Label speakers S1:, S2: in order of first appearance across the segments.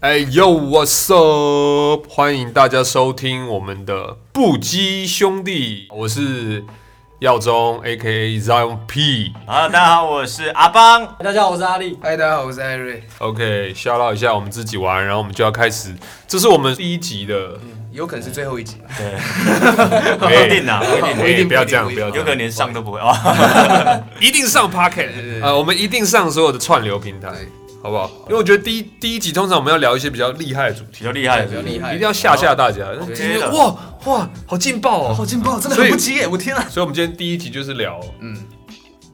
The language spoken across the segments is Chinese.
S1: 哎呦，What's up？欢迎大家收听我们的不羁兄弟，我是耀中，A.K.A. Zion P。
S2: 好，大家好，我是阿邦。
S3: 大家好，我是阿力。
S4: 嗨，大家好，我是艾瑞。
S1: OK，笑唠一下我们自己玩，然后我们就要开始，这是我们第一集的，
S4: 有可能是最后一集，
S2: 不 一定啊，不一定，
S1: 哎不要这样，
S4: 不一
S1: 不
S4: 定
S1: 要这
S2: 有可能
S1: 样，
S2: 连上都不会啊。
S1: 一定上 Pocket，呃，我们一定上所有的串流平台
S4: 对，
S1: 好不好？因为我觉得第一第一集通常我们要聊一些比较厉害的主
S2: 比
S1: 题，
S2: 较厉害，
S4: 比较厉害，
S1: 一定要吓吓大家。今
S2: 对
S1: 天
S2: 的
S1: 哇哇，好劲爆
S4: 好
S1: 哦！
S4: 劲爆，真的
S1: 所以
S4: 很不急耶！我天啊，
S1: 所以我们今天第一集就是聊
S4: 嗯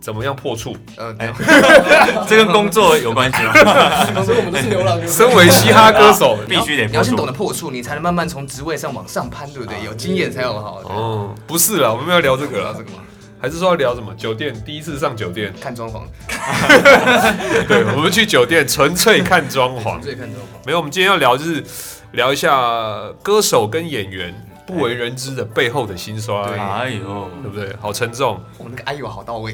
S1: 怎么样破处。
S4: 呃，
S2: 哎这跟工作有关系吗？
S3: 所以我们都是牛 郎牛。
S1: 身为嘻哈歌手，
S2: 必须得
S4: 你要
S2: 破
S4: 先懂
S2: 除
S4: 得。破处，你才能慢慢从职位上往上攀，对不对？有经验才有好。哦，
S1: 哦，不是啦，我们没有聊这个
S4: 聊这
S1: 啦，
S4: 个吗？
S1: 还是说要聊什么？酒店第一次上酒店，
S4: 看装潢，
S1: 对， 我们去酒店纯粹看装潢
S4: 纯。粹看装潢。
S1: 没有，我们今天要聊就是聊一下歌手跟演员不为人知的背后的辛酸，
S2: 哎呦，
S1: 对不对？好沉重。
S4: 我那个哎呦好到 位，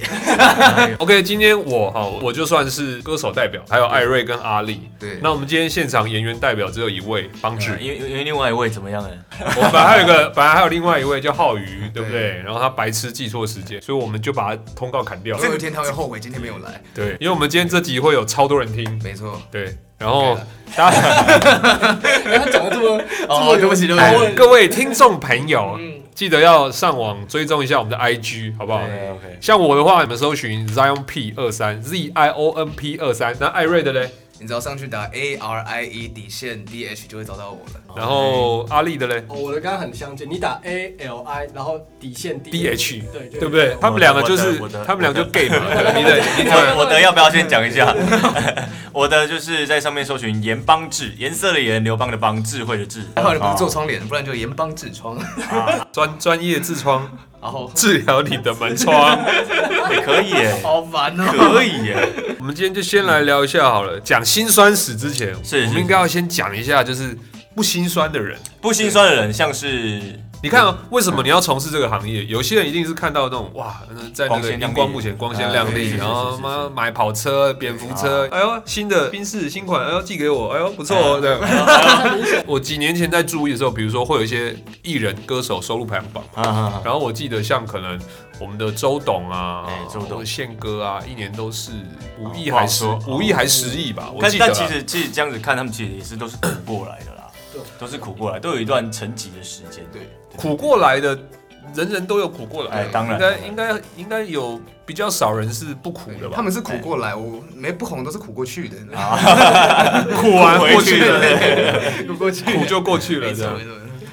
S1: OK，今天我哈，我就算是歌手代表，还有艾瑞跟阿力。
S4: 对
S1: 那我们今天现场演员代表只有一位，方志。
S2: 因为因为另外一位怎么样 呢？
S1: 我们本来还有一个，本来还有另外一位叫浩宇，对不对？然后他白痴记错时间，所以我们就把他通告砍掉了。
S4: 总有一天他会后悔今天没有来。
S1: 对，因为我们今天这集会有超多人听，
S4: 没错，
S1: 对，然后大家、
S2: 啊
S3: 他讲的这么
S4: 哦，对不起，对不起，
S1: 各位听众朋 友，
S3: 嗯
S1: 记得要上网追踪一下我们的 IG，好不好？
S2: 对，OK
S1: 像我的话，你们搜寻 Zion P 二三 Z I O N P 二三，那艾瑞的嘞，
S4: 你只要上去打 A R I E 底线 D H 就会找到我了。
S1: 然后阿力的嘞
S3: 哦，我的刚刚很相近，你打 A L I，然后底线 D
S1: D H，
S3: 对
S1: 对不对？他们两个就是
S2: 我的我的
S1: 他们两个就 gay 嘛，对你的你的
S2: 我我的要不要先讲一下？ 我的就是在上面搜寻“盐帮智”，颜色的颜，刘邦的邦，智慧的智。
S4: 还好你不是做窗帘，不然就盐帮痔疮。
S1: 专专业痔疮
S4: 然后
S1: 治疗你的门窗。
S2: 也哎可以耶，
S4: 好烦哦，
S2: 可以耶。
S1: 我们今天就先来聊一下好了。讲辛酸史之前，
S2: 是
S1: 我们
S2: 是
S1: 应该要先讲一下，就是不辛酸的人。
S2: 不心酸的人像 是
S1: 你看、啊，为什么你要从事这个行业？有些人一定是看到那种哇，那在那
S2: 光
S1: 个
S2: 鲜亮丽
S1: 荧光幕前光鲜亮
S2: 哎是
S1: 丽，
S2: 是啊
S1: 然后
S2: 是是
S1: 妈买跑车、蝙蝠车，哎呦新的宾士新款，哎呦寄给我，哎呦不错哦。这样， 我几年前在注意的时候，比如说会有一些艺人歌手收入排行榜，
S2: 啊啊，啊
S1: 然后我记得像可能我们的周董啊
S2: 哎，周
S1: 或
S2: 董
S1: 者宪哥啊，一年都是五亿
S2: 哦不好
S1: 还十
S2: 说
S1: 五亿还十亿吧，我
S2: 但
S1: 记得啊啦。
S2: 但其实其实这样子看，他们其实也是都是苦过来的啦，
S3: 对
S2: 都是苦过来，都有一段沉寂的时间。
S4: 对，
S1: 苦过来的，人人都有苦过来
S2: 哎，，当
S1: 应
S2: 然，
S1: 该应该应该有比较少人是不苦的吧？
S4: 他们是苦过来，我没不红都是苦过去的。
S1: 苦完过去了，
S4: 苦过去，
S1: 苦就过去了，
S4: 没
S1: 这
S4: 错
S1: 样
S4: 没错。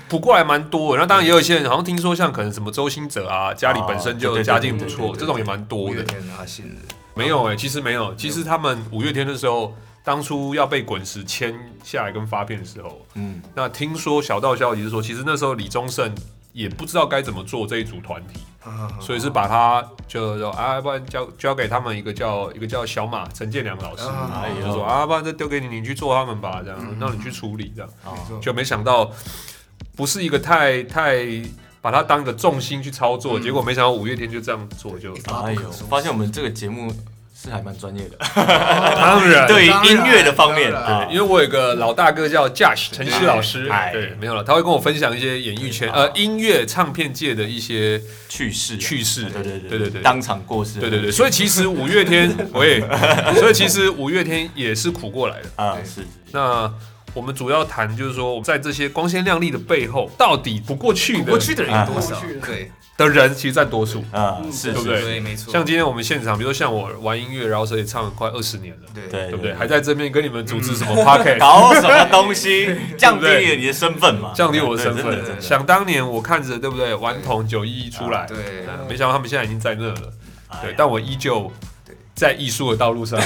S1: 苦过来蛮多的。然后当然也有一些人，好像听说像可能什么周兴哲啊，家里本身
S2: 哦对
S1: 就
S2: 对对
S1: 家境不
S2: 对对
S1: 错，
S2: 对
S1: 这种也蛮多
S4: 五月
S1: 的。
S4: 天啊，信的，
S1: 没有哎，其实没有，其实他们五月天的时候。当初要被滚石签下来跟发片的时候，
S2: 嗯，
S1: 那听说小道消息是说，其实那时候李宗盛也不知道该怎么做这一组团体，
S4: 啊
S1: 所以是把他就说啊，不然交交给他们一个叫一个叫小马陈建良老师，
S4: 啊
S1: 然后就说啊，不然就丢给你，你去做他们吧，这样让你去处理这样，
S2: 哦
S4: 没错
S1: 就没想到不是一个太太把它当一个重心去操
S4: 嗯
S1: 作，结果没想到五月天就这样做， 就
S2: 哎呦，发现我们这个节目是还蛮专业的，
S1: 当然
S2: 对于音乐的方面，
S4: 当然
S1: 因为我有个老大哥叫 Josh 陈曦老师
S2: 哎，
S1: 对，没有了，他会跟我分享一些演艺圈呃音乐唱片界的一些
S2: 去世
S1: 趣事，
S2: 对对
S1: 对对对。
S2: 当场过世，
S1: 对对对，所以其实五月天，喂，所以其实五月天也是苦过来的。
S2: 啊是，
S1: 那我们主要谈就是说，在这些光鲜亮丽的背后，到底不过去
S4: 苦过
S1: 的
S4: 去的人有多少
S3: 啊？
S4: 对
S1: 的人，其实占多数。
S2: 啊是，
S1: 对不
S2: 是
S1: 对
S4: 对，没错。
S1: 像今天我们现场，比如说像我玩音乐，然后所以唱了快二十年了，
S4: 对
S2: 对
S1: 对不对？还在这边跟你们组织什么 pocket，
S2: 搞什么东西，降低
S1: 对
S2: 了你的身份 嘛，
S1: 降低我的身
S2: 对真的
S1: 份。
S2: 真的
S1: 想当年我看着对不对，顽童九一一出来，
S4: 对
S1: 嗯没想到他们现在已经在那了，
S2: 哎
S1: 对
S2: 呀，
S1: 但我依旧在艺术的道路 上。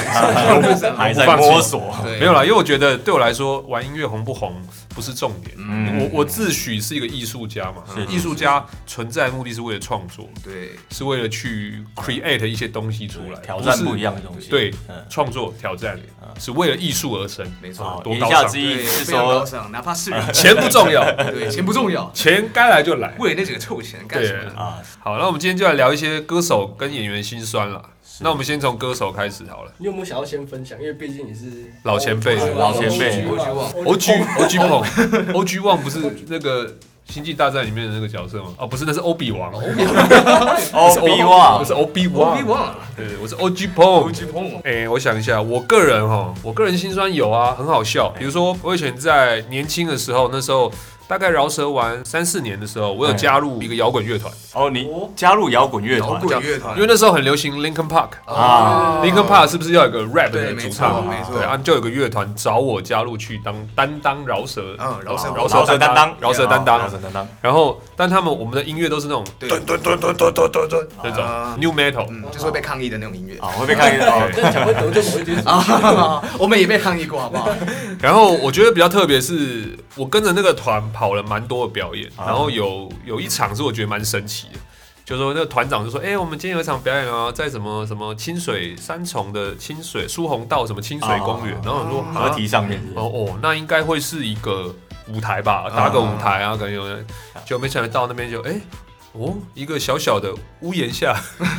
S2: 还在
S1: 我不放弃
S2: 摸索，
S4: 对
S1: 没有啦，因为我觉得对我来说，玩音乐红不红不是重点。
S2: 嗯
S1: 我我自诩是一个艺术家嘛
S2: 是，
S1: 艺术家存在的目的是为了创作，
S4: 对
S1: 是为了去 create 一些东西出来，
S2: 挑战
S1: 是
S2: 不一样的东西，
S1: 对
S2: 嗯，
S1: 创作挑战是为了艺术而生，
S4: 没
S2: 哦
S4: 错，
S1: 多
S2: 言
S1: 高
S2: 下
S1: 尚
S2: 之意
S4: 对，
S2: 是
S4: 非常高
S2: 说
S4: 尚，哪怕是人，
S1: 钱不重要，
S4: 对，钱不重要，
S1: 钱该来就来。
S4: 为了那几个臭钱干什么呢？
S2: 啊
S1: 好，那我们今天就来聊一些歌手跟演员心酸了。
S2: 是
S1: 那我们先从歌手开始好了。
S3: 你有没有想要先分享？因为毕竟你是
S1: 老前辈
S3: 对
S2: 老前辈
S3: 老前
S4: 我
S1: O G O G 梦 O G 旺不是那个《星际大战》里面的那个角色吗？哦，不是，那是欧比王。
S2: 欧比旺
S1: 我是 O B
S4: 我
S1: 王
S4: 比。忘了，
S1: 对，我是 O G 梦。
S4: 去碰我，
S1: 哎、我想一下，我个人哈，我个人心酸有啊，很好笑。比如说，我以前在年轻的时候，那时候大概饶舌玩三四年的时候，我
S4: 哎
S1: 有加入一个摇滚乐团，
S2: 哦，你加入摇滚乐团
S4: 摇滚乐团哦
S1: 因为那时候很流行 Linkin Park。
S2: 啊，
S1: Linkin Park 是不是要有个 rap
S4: 对
S1: 的
S4: 没
S1: 主
S4: 错
S1: 唱？
S4: 没错
S1: 对啊，就有个乐团找我加入去当担当饶舌，
S4: 嗯饶舌
S1: 饶
S2: 饶舌
S1: 舌担
S2: 担当
S1: 当，饶舌担
S2: 啊饶
S1: 当
S2: 舌。担当，
S1: 然后，但他们我们的音乐都是那种
S4: 对
S1: 吨吨吨吨吨吨吨吨那种
S4: 啊
S1: new metal，
S4: 嗯，就是会被抗议的那种音乐
S2: 啊，会被看见哦，
S3: 这样讲会得罪某一点。
S4: 啊， 我们也被抗议过，好不好？
S1: 然后我觉得比较特别是，我跟着那个团跑了蛮多的表演，
S4: 啊
S1: 然后有有一场是我觉得蛮神奇的，就说那个团长就说：“哎、我们今天有一场表演啊，在什么什么清水三重的清水疏洪道什么清水公园。
S2: 啊
S1: 然后我说：“
S2: 合
S1: 啊
S2: 体上面是
S1: 哦哦，那应该会是一个舞台吧，搭个舞台啊，可能有人。就没想到到那边就哎、哦，一个小小的屋檐下，
S2: 啊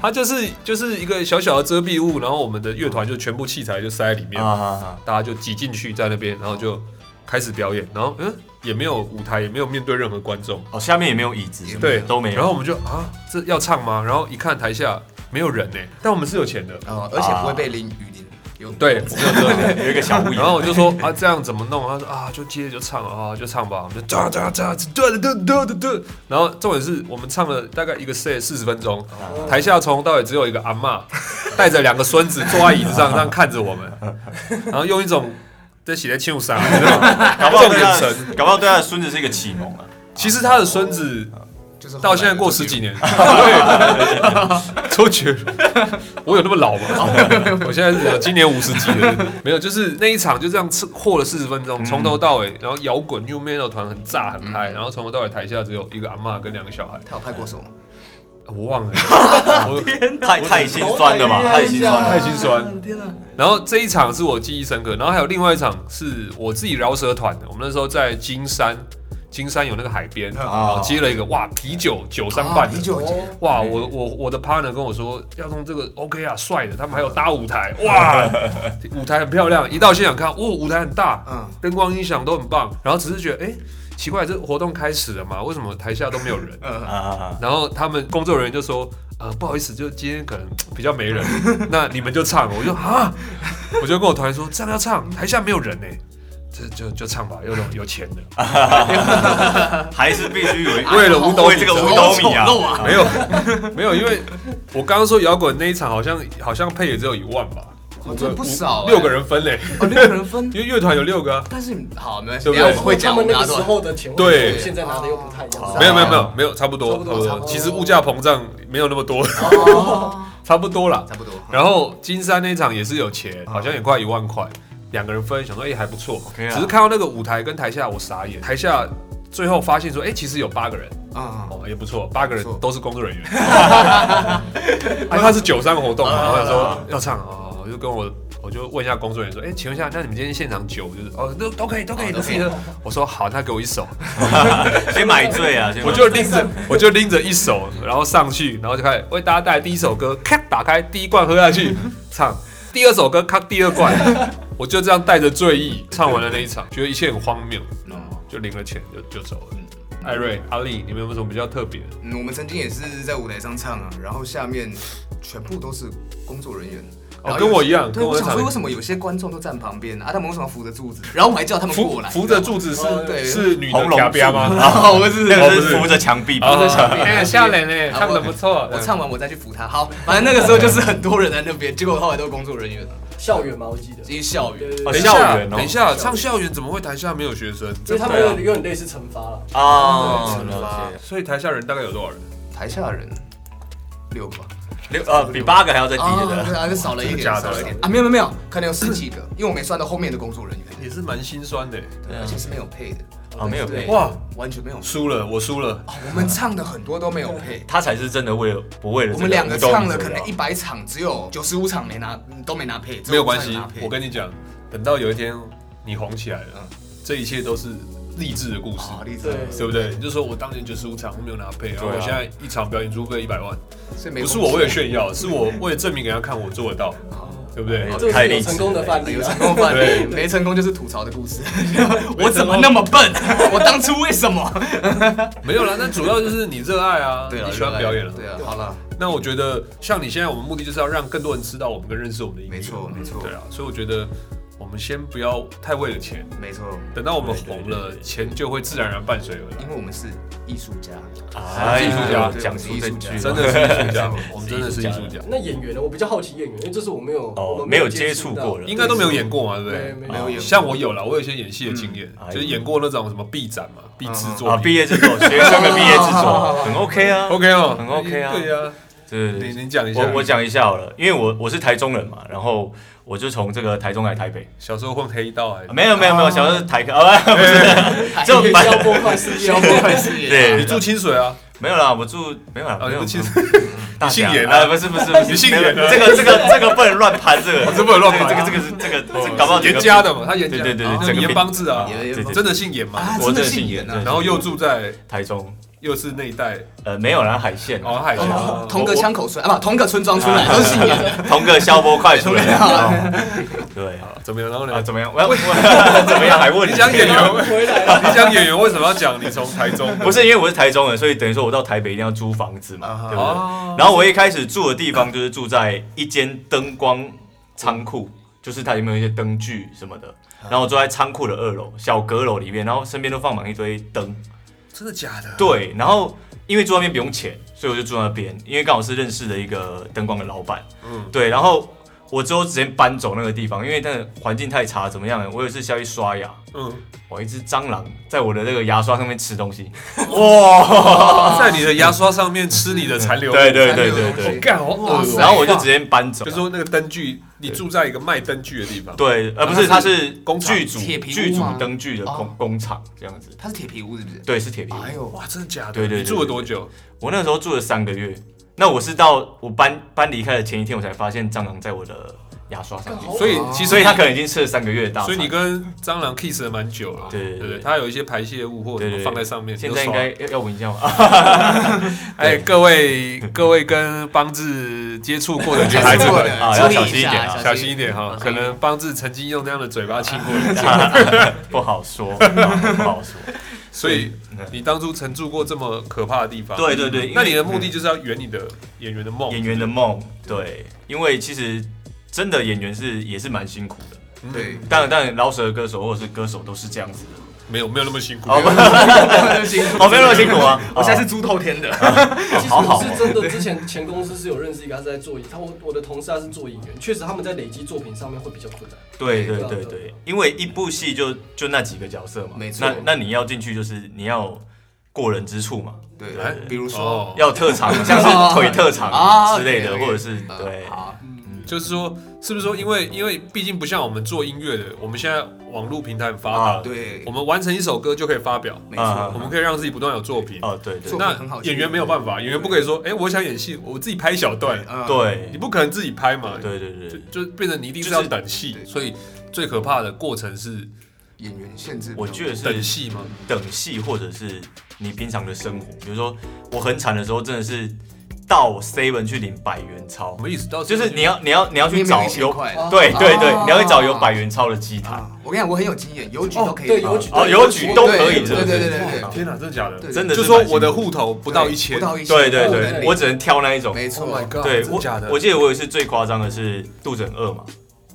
S1: 它就是就是一个小小的遮蔽物，然后我们的乐团就全部器材就塞在里面，
S2: 啊啊啊，
S1: 大家就挤进去在那边，然后就开始表演，然后嗯也没有舞台，也没有面对任何观众，
S2: 哦，下面也没有椅子，
S1: 对，
S2: 都没有，
S1: 然后我们就啊这要唱吗？然后一看台下没有人呢、但我们是有钱的，
S4: 啊，而且不会被淋雨淋，有
S1: 对，
S2: 有一个小屋椅
S1: 然，后我就说啊，这样怎么弄？他说啊，就接着就唱啊，就唱吧。我们就哒哒哒哒哒哒哒哒。然后重点是我们唱了大概一个 set 四十分钟，台下从头到尾只有一个阿嬷带着两个孙子坐在椅子上，这样看着我们，然后用一种在写在庆祝上
S2: 搞不
S1: 这
S2: 好
S1: 种眼
S2: 对他的
S1: 神。，
S2: 搞不好对他的孙子是一个启蒙啊，
S1: 其实他的孙子
S4: 就是后来
S1: 到现在过十几年， 对 都觉得我有那么老 吗？我现在是今年五十几了，没有，就是那一场就这样吃过了四十分
S4: 嗯
S1: 钟，从头到尾，然后摇滚 New Metal 团很炸很嗨，然后从头到尾台下只有一个阿嬷跟两个小孩，
S4: 他有拍过手吗？
S1: 我忘了，我
S2: 太太心酸了吧，太心酸了，
S1: 太心酸
S3: 天哪！
S1: 然后这一场是我记忆深刻，然后还有另外一场是我自己饶舌团的，我们那时候在金山，金山有那个海边，然后接了一个哇啤酒酒商
S4: 啊
S1: 办的
S4: 啤。酒节，嗯
S1: 哇，我我我的 partner 跟我说，要用这个 OK 啊，帅的，他们还有搭舞台， 哇，舞台很漂亮，一到现场看，哇，舞台很大，
S4: 嗯
S1: 灯光音响都很棒，然后只是觉得，哎、奇怪，这活动开始了嘛，为什么台下都没有人？
S4: 嗯，
S2: 啊啊啊，
S1: 然后他们工作人员就说，呃，不好意思，就今天可能比较没人， 那你们就唱，我就啊，我就跟我团员说，这样要唱，台下没有人呢、这就就唱吧，有 种有钱的，
S2: 还是必须有一
S1: 为了五斗
S2: 为这个五斗米啊
S4: 好丑陋啊，
S1: 没有， 没有，因为我刚刚说摇滚那一场好像好像配也只有一万吧，
S4: 哦这不少欸
S1: 六个人分嘞，
S4: 哦，六个人分，
S1: 因为乐团有六个啊。
S4: 但是你好，没关系，
S1: 对
S4: 等
S1: 不
S4: 一
S1: 对
S4: 下我们会
S3: 他
S4: 讲，我
S3: 们
S4: 们
S3: 那
S4: 拿
S3: 个
S4: 多
S3: 时
S4: 少？
S3: 候的钱，
S1: 对啊
S3: 现在拿的又不太一
S4: 哦
S3: 样。
S1: 没有没有没有没有，差不多差
S3: 差不
S1: 不
S3: 多差不
S1: 多。
S3: 多
S1: 其实物价膨胀没有那么多， 差不多啦
S4: 哦差。不多。啊
S1: 然后金山那场也是有钱，好像也快一万块，两个人分，想说哎还不错。
S2: OK 啊
S1: 只是看到那个舞台跟台下我傻眼，台下最后发现说哎其实有八个人，
S4: 啊，
S1: 哦也不错，八个人
S4: 不错
S1: 都是工作 人员。啊他是九三活动嘛，
S4: 啊
S1: 然后想说要唱哦，我就跟我。我就问一下工作人员说：“哎、请问一下，那你们今天现场酒就是哦，都都可以，都可以，
S4: 哦
S1: 都
S4: 都
S1: 可
S4: 可
S1: 以
S4: 以
S1: 的。”我说：“好，那给我一首。”
S2: 谁买醉啊？先买
S1: 我就拎着，我就拎着一手，然后上去，然后就开始为大家带来第一首歌，咔打开第一罐喝下去，唱第二首歌，咔第二罐，我就这样带着醉意唱完了那一场，觉得一切很荒谬，
S4: 哦
S1: 就领了钱就就走了。艾瑞、阿丽，你们有没有什么比较特别的？
S4: 嗯，我们曾经也是在舞台上唱啊，然后下面全部都是工作人员。
S1: 哦
S4: 然后
S1: 跟我一样
S4: 对，
S1: 跟我
S4: 我
S1: 在
S4: 想说
S1: 场
S4: 为什么有些观众都站旁边啊？啊他们为什么扶着柱子？然后我还叫他们
S1: 扶
S4: 过来，
S1: 扶着柱子是
S3: 哦
S4: 对
S1: 是女的
S2: 红龙
S1: 夹边吗？
S4: 啊， 我是
S2: 那
S1: 哦
S2: 个
S1: 不
S2: 是
S1: 是
S2: 扶着墙壁
S1: 啊
S2: 吧，
S1: 哎呀吓人嘞，唱的不错。
S4: 我唱完我再去扶他。好，反正那个时候就是很多人在那边，结果后来都是工作人员，
S3: 校园嘛，我记得。
S4: 这些校园。
S2: 哦
S1: 等一
S2: 校
S1: 下，
S2: 园哦
S1: 等一下，唱校园怎么会台下没有学生？
S3: 所以他们有有点类似惩罚了。
S2: 啊，
S4: 对
S2: 了解
S1: 所以台下人大概有多少人？
S4: 台下人六个吧，
S2: 六呃比八个还要再低
S4: 啊，
S2: 的，
S4: 对啊，就少了一点，
S1: 假的
S4: 少了一点啊，没有没有没有，可能有十几个，因为我没算到后面的工作人员，
S1: 也是蛮心酸的。
S4: 对，而且是没有配的，
S1: 哦
S2: 啊没有
S4: 对
S2: 配，
S1: 哇，
S4: 完全没有配。
S1: 输了，我输了。
S4: 我们唱的很多都没有配，
S2: 他才是真的为了不为了
S4: 我
S2: 这
S4: 们两个
S2: 五斗米
S4: 唱了
S2: 折啊
S4: 可
S2: 腰
S4: 能一百场，只有九十五场没拿，嗯都没拿配，只
S1: 没有
S4: 五场
S1: 关系
S4: 拿，配
S1: 我跟你讲，等到有一天你红起来了，这一切都是励志的故事，
S4: 啊，例子
S3: 对，
S1: 对不对？你就说我当年九十五场我没有拿配，然后
S2: 对啊
S1: 我现在一场表演出费一百万，
S4: 所以没
S1: 不是
S4: 工作
S1: 我为了炫耀，是我为了证明给他看我做得到，对不对？
S3: 这个是有成功的范例
S4: 有
S3: 啊
S4: 成。功范例
S1: 对，
S4: 没成功就是吐槽的故事。我怎么那么笨？ 我当初为什么？
S1: 没有啦，那主要就是你热爱啊，
S4: 对了，
S1: 你喜欢表演了。
S4: 对啊，好了，
S1: 那我觉得像你现在，我们目的就是要让更多人知道我们跟认识我们的音乐。
S4: 没错没错
S1: 对啊，所以我觉得我们先不要太为了钱，
S4: 没错，
S1: 等到我们红
S2: 对对对
S1: 了
S2: 对，
S1: 钱就会自然而然伴随而来
S4: 因。为我们是艺术家，
S2: 哎
S1: 艺术家
S4: 对
S2: 讲出这句话，
S1: 真的是艺术 家，我们
S2: 是
S1: 真的是艺术家，
S3: 那演员呢？我比较好奇演员，因为这是我没有我
S2: 哦，
S3: 们
S2: 没有接
S3: 接
S2: 触
S3: 到
S2: 过了，
S1: 应该都没有演过嘛，哦对不
S3: 对，
S1: 对？
S3: 没
S4: 没有
S3: 有
S4: 演过
S1: 像我有啦，我有一些演戏的经验
S2: 嗯，
S1: 就是演过那种什么毕展嘛，毕制作
S2: 啊，
S1: 品
S2: 毕业制 作，学生的毕业制 作很 OK 啊
S1: OK 哦，
S2: 很 OK 啊
S1: 对呀，
S2: 对
S1: 你你讲一下
S2: 我，我讲一下好了，因为我我是台中人嘛，然后我就从这个台中来台北，
S1: 小时候混黑道还是
S2: 啊没有没有没有，小时候是台客啊，不 是 这种
S3: 消波块事业，
S4: 消磨快 事业。
S2: 对
S1: 你住清水啊？
S2: 没有啦，我住没有啦，
S1: 啊，你
S2: 没有
S1: 住清水。
S2: 大
S1: 你姓
S2: 家
S1: 严啊
S2: 啊，不是不是不是，
S1: 你姓
S2: 没有
S1: 严啊
S2: 这个这个这个不能乱盘这个，
S1: 这不能乱盘
S2: 这
S1: 啊
S2: 个这个是这个 这个搞不好
S1: 严
S2: 家
S1: 家的嘛，他严家，
S2: 对对对对
S1: 那
S2: 整个
S1: 严
S2: 变
S1: 帮制啊，
S4: 严
S2: 对对
S1: 真的姓严嘛
S4: 啊，
S2: 我
S4: 真的
S2: 真的
S4: 姓
S2: 姓
S4: 严
S2: 严
S4: 啊
S2: 对！
S1: 然后又住在
S2: 台中，
S1: 又是那一带
S2: 呃，没有啦，海线
S1: 哦海
S4: 哦
S1: 峡，
S4: 同个枪口村啊，不，同个村庄出来
S2: 啊
S4: 都是姓严。
S2: 同个消波 快出来，哦 对
S1: 怎么样？然后
S2: 啊，
S1: 呢？
S2: 怎么样？我 我怎么样？还问
S1: 你讲演哦员，
S3: 回来了。
S1: 你讲演员为什么要讲你从台中？
S2: 不是因为我是台中人，所以等于说我到台北一定要租房子嘛，对不对？
S1: 哦，
S2: 然后我一开始住的地方就是住在一间灯光仓库，就是它里面有一些灯具什么的。
S1: 啊
S2: 然后我住在仓库的二楼小阁楼里面，然后身边都放满一堆灯。
S1: 真的假的？
S2: 对，然后因为住那边不用钱，所以我就住那边，因为刚好是认识的一个灯光的老板。
S1: 嗯
S2: 嗯，对，然后我之后直接搬走那个地方，因为那个环境太差，怎么样呢？我有一次下去刷牙，
S1: 嗯，
S2: 我一只蟑螂在我的那个牙刷上面吃东西，哇！
S1: 在你的牙刷上面吃你的残留物，
S2: 对对对对对。
S1: 干好恶心
S2: 然后我就直接搬走
S1: 就，说那个灯具，你住在一个卖灯具的地方，
S2: 对，呃，不是，
S1: 它
S2: 它
S1: 是
S2: 是
S1: 工厂
S2: 剧组
S4: 铁皮屋
S2: 剧组
S4: 吗
S2: 灯具的工
S4: 哦
S2: 工厂这样子，
S4: 他是铁皮屋是不是？
S2: 对，是铁皮屋。
S4: 哎呦，
S1: 哇，真的假的？
S2: 对对对
S1: 你住了多久？
S2: 我那时候住了三个月，那我是到我搬搬离开的前一天，我才发现蟑螂在我的牙刷上面，
S1: 所以
S4: 哦
S1: 其实
S2: 所以它可能已经吃了三个月的大餐。
S1: 所以你跟蟑螂 kiss 了蛮久了，
S2: 对对
S1: 对
S2: 对
S1: 不对，它有一些排泄物或者
S2: 对
S1: 什么
S2: 对对
S1: 放在上面，
S2: 现在应
S1: 你
S2: 该
S1: 就爽
S2: 要要闻一下吗？
S1: 哎，各位 各位跟邦志接触过 的女孩子
S4: 过
S1: 们
S4: 的，
S2: 啊
S4: 注意
S2: 要小心一点啊
S1: 小心一点哈，可能邦志曾经用那样的嘴巴亲过 你，
S2: 不好说，不好说。
S1: 所以你当初曾住过这么可怕的地方，
S2: 对对对因为
S1: 那你的目的就是要圆你的演员的梦，
S2: 演员的梦，对，因为其实真的演员是也是蛮辛苦的。
S1: 嗯
S4: 对，
S2: 当然，当然，饶舌歌手或者是歌手都是这样子 的。
S1: 没有没有那么辛苦，
S2: 哦，
S4: 我
S2: 哦，没有那么辛苦啊！
S4: 我现在是猪头天的。
S3: 其实
S2: 好好
S3: 我
S2: 哦
S3: 是真的，之前前公司是有认识一个，他是在做，他我我的同事他是做演员，确实他们在累积作品上面会比较困难。
S2: 对对对对，因为一部戏就就那几个角色嘛，
S4: 没错
S2: 那那你要进去就是你要过人之处嘛，
S1: 哎
S4: 对，比如说
S1: 哦，
S2: 要特 长，像
S4: 哦
S2: 是腿特长
S4: 啊
S2: 之类的，
S4: OK，OK
S2: 或者是
S4: 呃
S2: 对
S4: 好，
S1: 就是说，是不是说，因为因为毕竟不像我们做音乐的，我们现在网络平台很发达，
S2: 啊
S4: 对
S1: 我，们完成一首歌就可以发表，
S4: 没
S2: 啊
S4: 错，
S1: 我们可以让自己不断有作品。
S2: 哦对对
S4: 作品很
S1: 那
S4: 好听
S1: 演员没有办法，演员不可以说，哎，我想演戏，我自己拍一小段，
S4: 嗯，
S1: 你
S2: 对啊
S1: 不可能自己拍嘛，
S4: 呃
S2: 对对对，
S1: 就变成你一定是
S2: 就是
S1: 要等戏，
S4: 对
S1: 所以最可怕的过程是
S4: 演员限制比较
S2: 我
S4: 多，
S2: 觉得
S1: 等
S2: 是
S1: 戏嘛，
S2: 等戏或者是你平常的生活，比如说我很惨的时候，真的是到 seven 去领百元钞
S1: 什，么意思？到
S2: 就是你要你要你要去
S4: 你没
S2: 找
S4: 有一千
S2: 有
S4: 块
S3: 哦
S2: 对对对
S4: 啊，
S2: 你要去找有百元钞的机台，
S4: 啊，我跟你讲，我很有经验，邮局
S3: 哦
S4: 都可以
S3: 对
S4: 发
S3: 邮局
S2: 哦邮局都可以，
S4: 对
S2: 是不是
S4: 对对对对
S1: 天哪，真的假的？
S4: 对
S2: 真的
S1: 就是说
S2: 蛮辛
S1: 我的
S2: 苦
S1: 户头不到
S4: 对
S1: 一千
S4: 不，到一千，
S2: 对对
S4: 不到
S2: 对，
S4: 一
S2: 我只能挑那一种。
S4: 没
S1: Oh
S4: 错
S1: my，god，
S2: 哦对
S1: 真的
S2: 我
S1: 假的？
S2: 我记得我有一次最夸张的是肚子很饿嘛，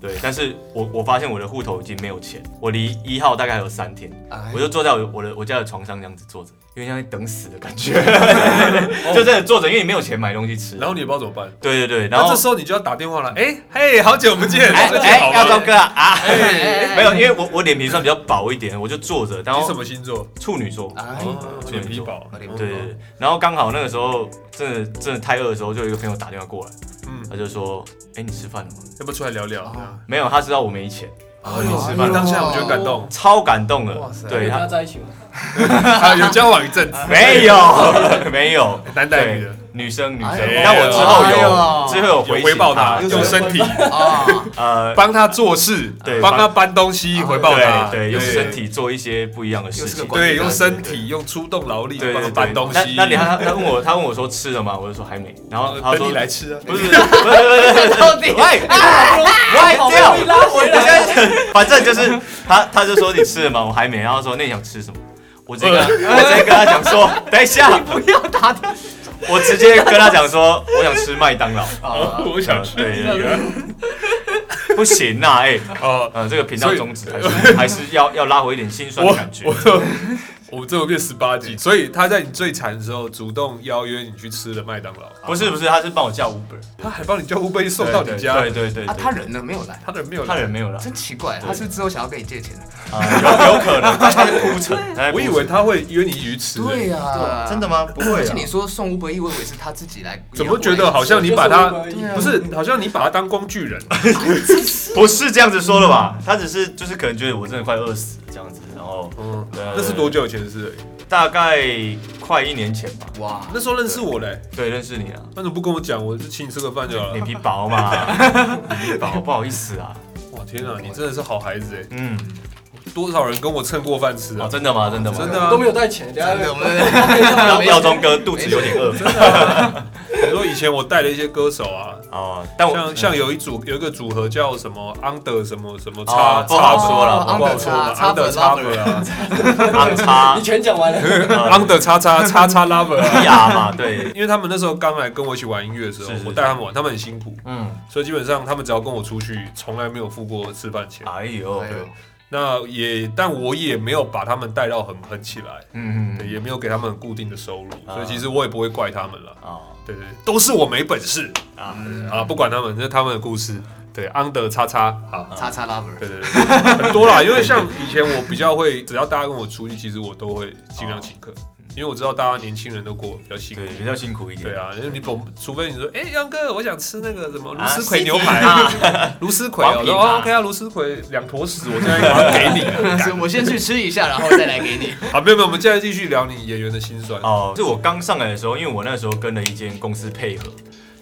S2: 对，但是我我发现我的户头已经没有钱，我离一号大概还有三天，
S4: 哎
S2: 我就坐在我我的我家的床上这样子坐着，有点像在等死的感觉， 就这样坐着，因为你没有钱买东西吃。
S1: 然后你也不知道怎么办，
S2: 对对对，然
S1: 那
S2: 后
S1: 这时候你就要打电话了，哎嘿，好久不见，
S2: 哎
S1: 最近好
S2: 哎，耀
S1: 吗？
S2: 忠哥啊啊，
S4: 哎
S2: 没有，因为我我脸皮算比较薄一点，我就坐着，然
S1: 你
S2: 后
S1: 什么星座？
S2: 处女座，
S4: 哎
S1: 哦
S2: 处女座
S1: 脸皮薄，
S4: 脸
S2: 对对
S1: 嗯
S2: 对，然后刚好那个时候真的真的太饿的时候，就有一个朋友打电话过来，
S1: 嗯，
S2: 他就说，哎，你吃饭了吗？
S1: 要不要出来聊聊？
S4: 哦
S2: 没有，他知道我没钱，，
S1: 啊，
S4: 呦
S1: 你吃饭，当下我就
S4: 哦
S1: 很感动
S2: 超感动了
S4: 哇。塞
S2: 对
S3: 跟
S2: 他哎
S3: 他在一起吗？
S1: 啊，有交往一阵子，
S2: 没有没有
S1: 男待女的，
S2: 对女生女生
S4: 哎呦，
S2: 但我之后
S4: 哎
S2: 有
S4: 呦
S2: 之后有
S1: 有
S2: 回
S1: 回
S2: 请
S1: 报他，
S2: 他，
S1: 用身体
S4: 啊，
S2: 呃，
S1: 帮他做事，
S2: 对
S1: 帮他搬东西，回报他，
S2: 对对，用身，体做一些不一样的事
S4: 又是个
S2: 情。
S4: 管理
S1: 对，
S4: 大
S1: 用
S4: 师
S1: 身体，用出动劳力
S2: 对
S1: 帮
S2: 对
S1: 他
S2: 对，
S1: 搬东西。
S2: 那那你他他问我他问我说吃了吗？我就说还没。然后他
S1: 等
S2: 说
S1: 你来吃啊，
S2: 不是，不是不是不是，
S4: 到底
S2: 喂歪
S3: 好不
S2: 掉
S3: 容易，拉回
S2: 我现
S3: 来，
S2: 在反正就是他，他就说你吃了吗？我还没，然后说那你想吃什么？我直接跟他，我直接跟他讲说，等一下，
S5: 不要打掉，
S2: 我直接跟他讲说，我想吃麦当劳。
S1: 我想吃。
S2: 对对对，不行呐，哎，
S1: 哦，
S2: 呃，这个频道宗旨还是还是要要拉回一点心酸的
S1: 我
S2: 感觉
S1: 我。 我们这么变十八级，所以他在你最惨的时候主动邀约你去吃了麦当劳，
S2: 不是不是，他是帮我叫 Uber
S1: 他还帮你叫乌龟送到你家，
S2: 对对对，
S4: 啊，
S2: 对
S4: 他人呢？没有来，
S1: 他的人没有来
S2: 他人没有了，
S4: 真奇怪，他是不是之后想要跟你借钱。
S2: 啊有有可能他在铺陈，他在铺
S1: 我以
S2: 陈
S1: 为他会约你鱼池，
S4: 对啊
S1: 呃
S4: 呀，
S2: 真的吗？不会
S4: 而
S2: 啊
S4: 且你说送吴伯义，我以为是他自己来，
S1: 怎么觉得好像你把他
S3: 对
S1: 不是，好像你把他当工具人，
S2: 不是这样子说的吧？他只是就是可能觉得我真的快饿死了这样子，然后
S1: 嗯，
S2: 对啊
S1: 那是多久以前的事而已？
S2: 大概快一年前吧。
S4: 哇？
S1: 那时候认识我嘞，
S2: 对，认识你啊，
S1: 那怎么不跟我讲？我就请你吃个饭就好
S2: 脸
S1: 了。
S2: 皮薄嘛， 脸皮薄，不好意思啊。
S1: 哇，天哪，你真的是好孩子哎！
S2: 嗯，
S1: 多少人跟我蹭过饭吃
S2: 哦，
S1: 啊？
S2: 真的吗？真的吗？
S1: 真的啊
S3: 都没有带钱，等下
S4: 真的， 我们
S2: 耀耀宗哥肚子有点饿
S1: 你说以前我带了一些歌手啊，
S2: 哦，但我
S1: 像像有一组有一个组合叫什么 Under 什么什么
S2: 哦
S1: 叉
S2: 不好
S1: 叉
S2: 说了
S1: 不好说了
S4: Under
S1: ，Under
S4: 叉
S1: 叉 lover 啊
S2: 昂叉
S3: 你全讲完了，
S1: ，Under 叉叉叉叉 lover 啊。
S2: 牙呃嘛，对，
S1: 因为他们那时候刚来跟我一起玩音乐的时候
S2: 是是，是
S1: 我带他们玩，他们很辛苦，
S2: 嗯，
S1: 所以基本上他们只要跟我出去，从来没有付过吃饭钱。
S2: 哎呦，
S4: 哎呦
S1: 那也，但我也没有把他们带到很很起来，
S2: 嗯
S1: 对，
S2: 嗯，
S1: 也没有给他们很固定的收入，
S2: 啊
S1: 所以其实我也不会怪他们了。
S2: 哦，
S1: 对对，对都是我没本事
S2: 啊
S1: 啊！不管他们，这是他们的故事。对，under 叉叉啊，
S4: 叉叉 lover，
S1: 对 对对，很多啦。因为像以前我比较会，只要大家跟我出去，其实我都会尽量请客，因为我知道大家年轻人都过得比较辛苦
S2: 哦嗯对，。比较辛苦一点，
S1: 对，啊，因为你总除非你说，哎、杨哥，我想吃那个什么
S2: 嗯啊
S1: 芦丝葵牛排， 芦丝葵哦，
S2: 黄
S1: 我
S2: 皮
S1: 说
S2: 嘛
S1: 哦 OK 啊，芦丝葵两坨屎，我现在马上给你 了
S4: 所以
S1: 干。
S4: 我先去吃一下，然后再来给你。
S1: 好，没有没有，我们现在继续聊你演员的心酸。
S2: 哦，是我刚上来的时候，因为我那时候跟了一间公司配合，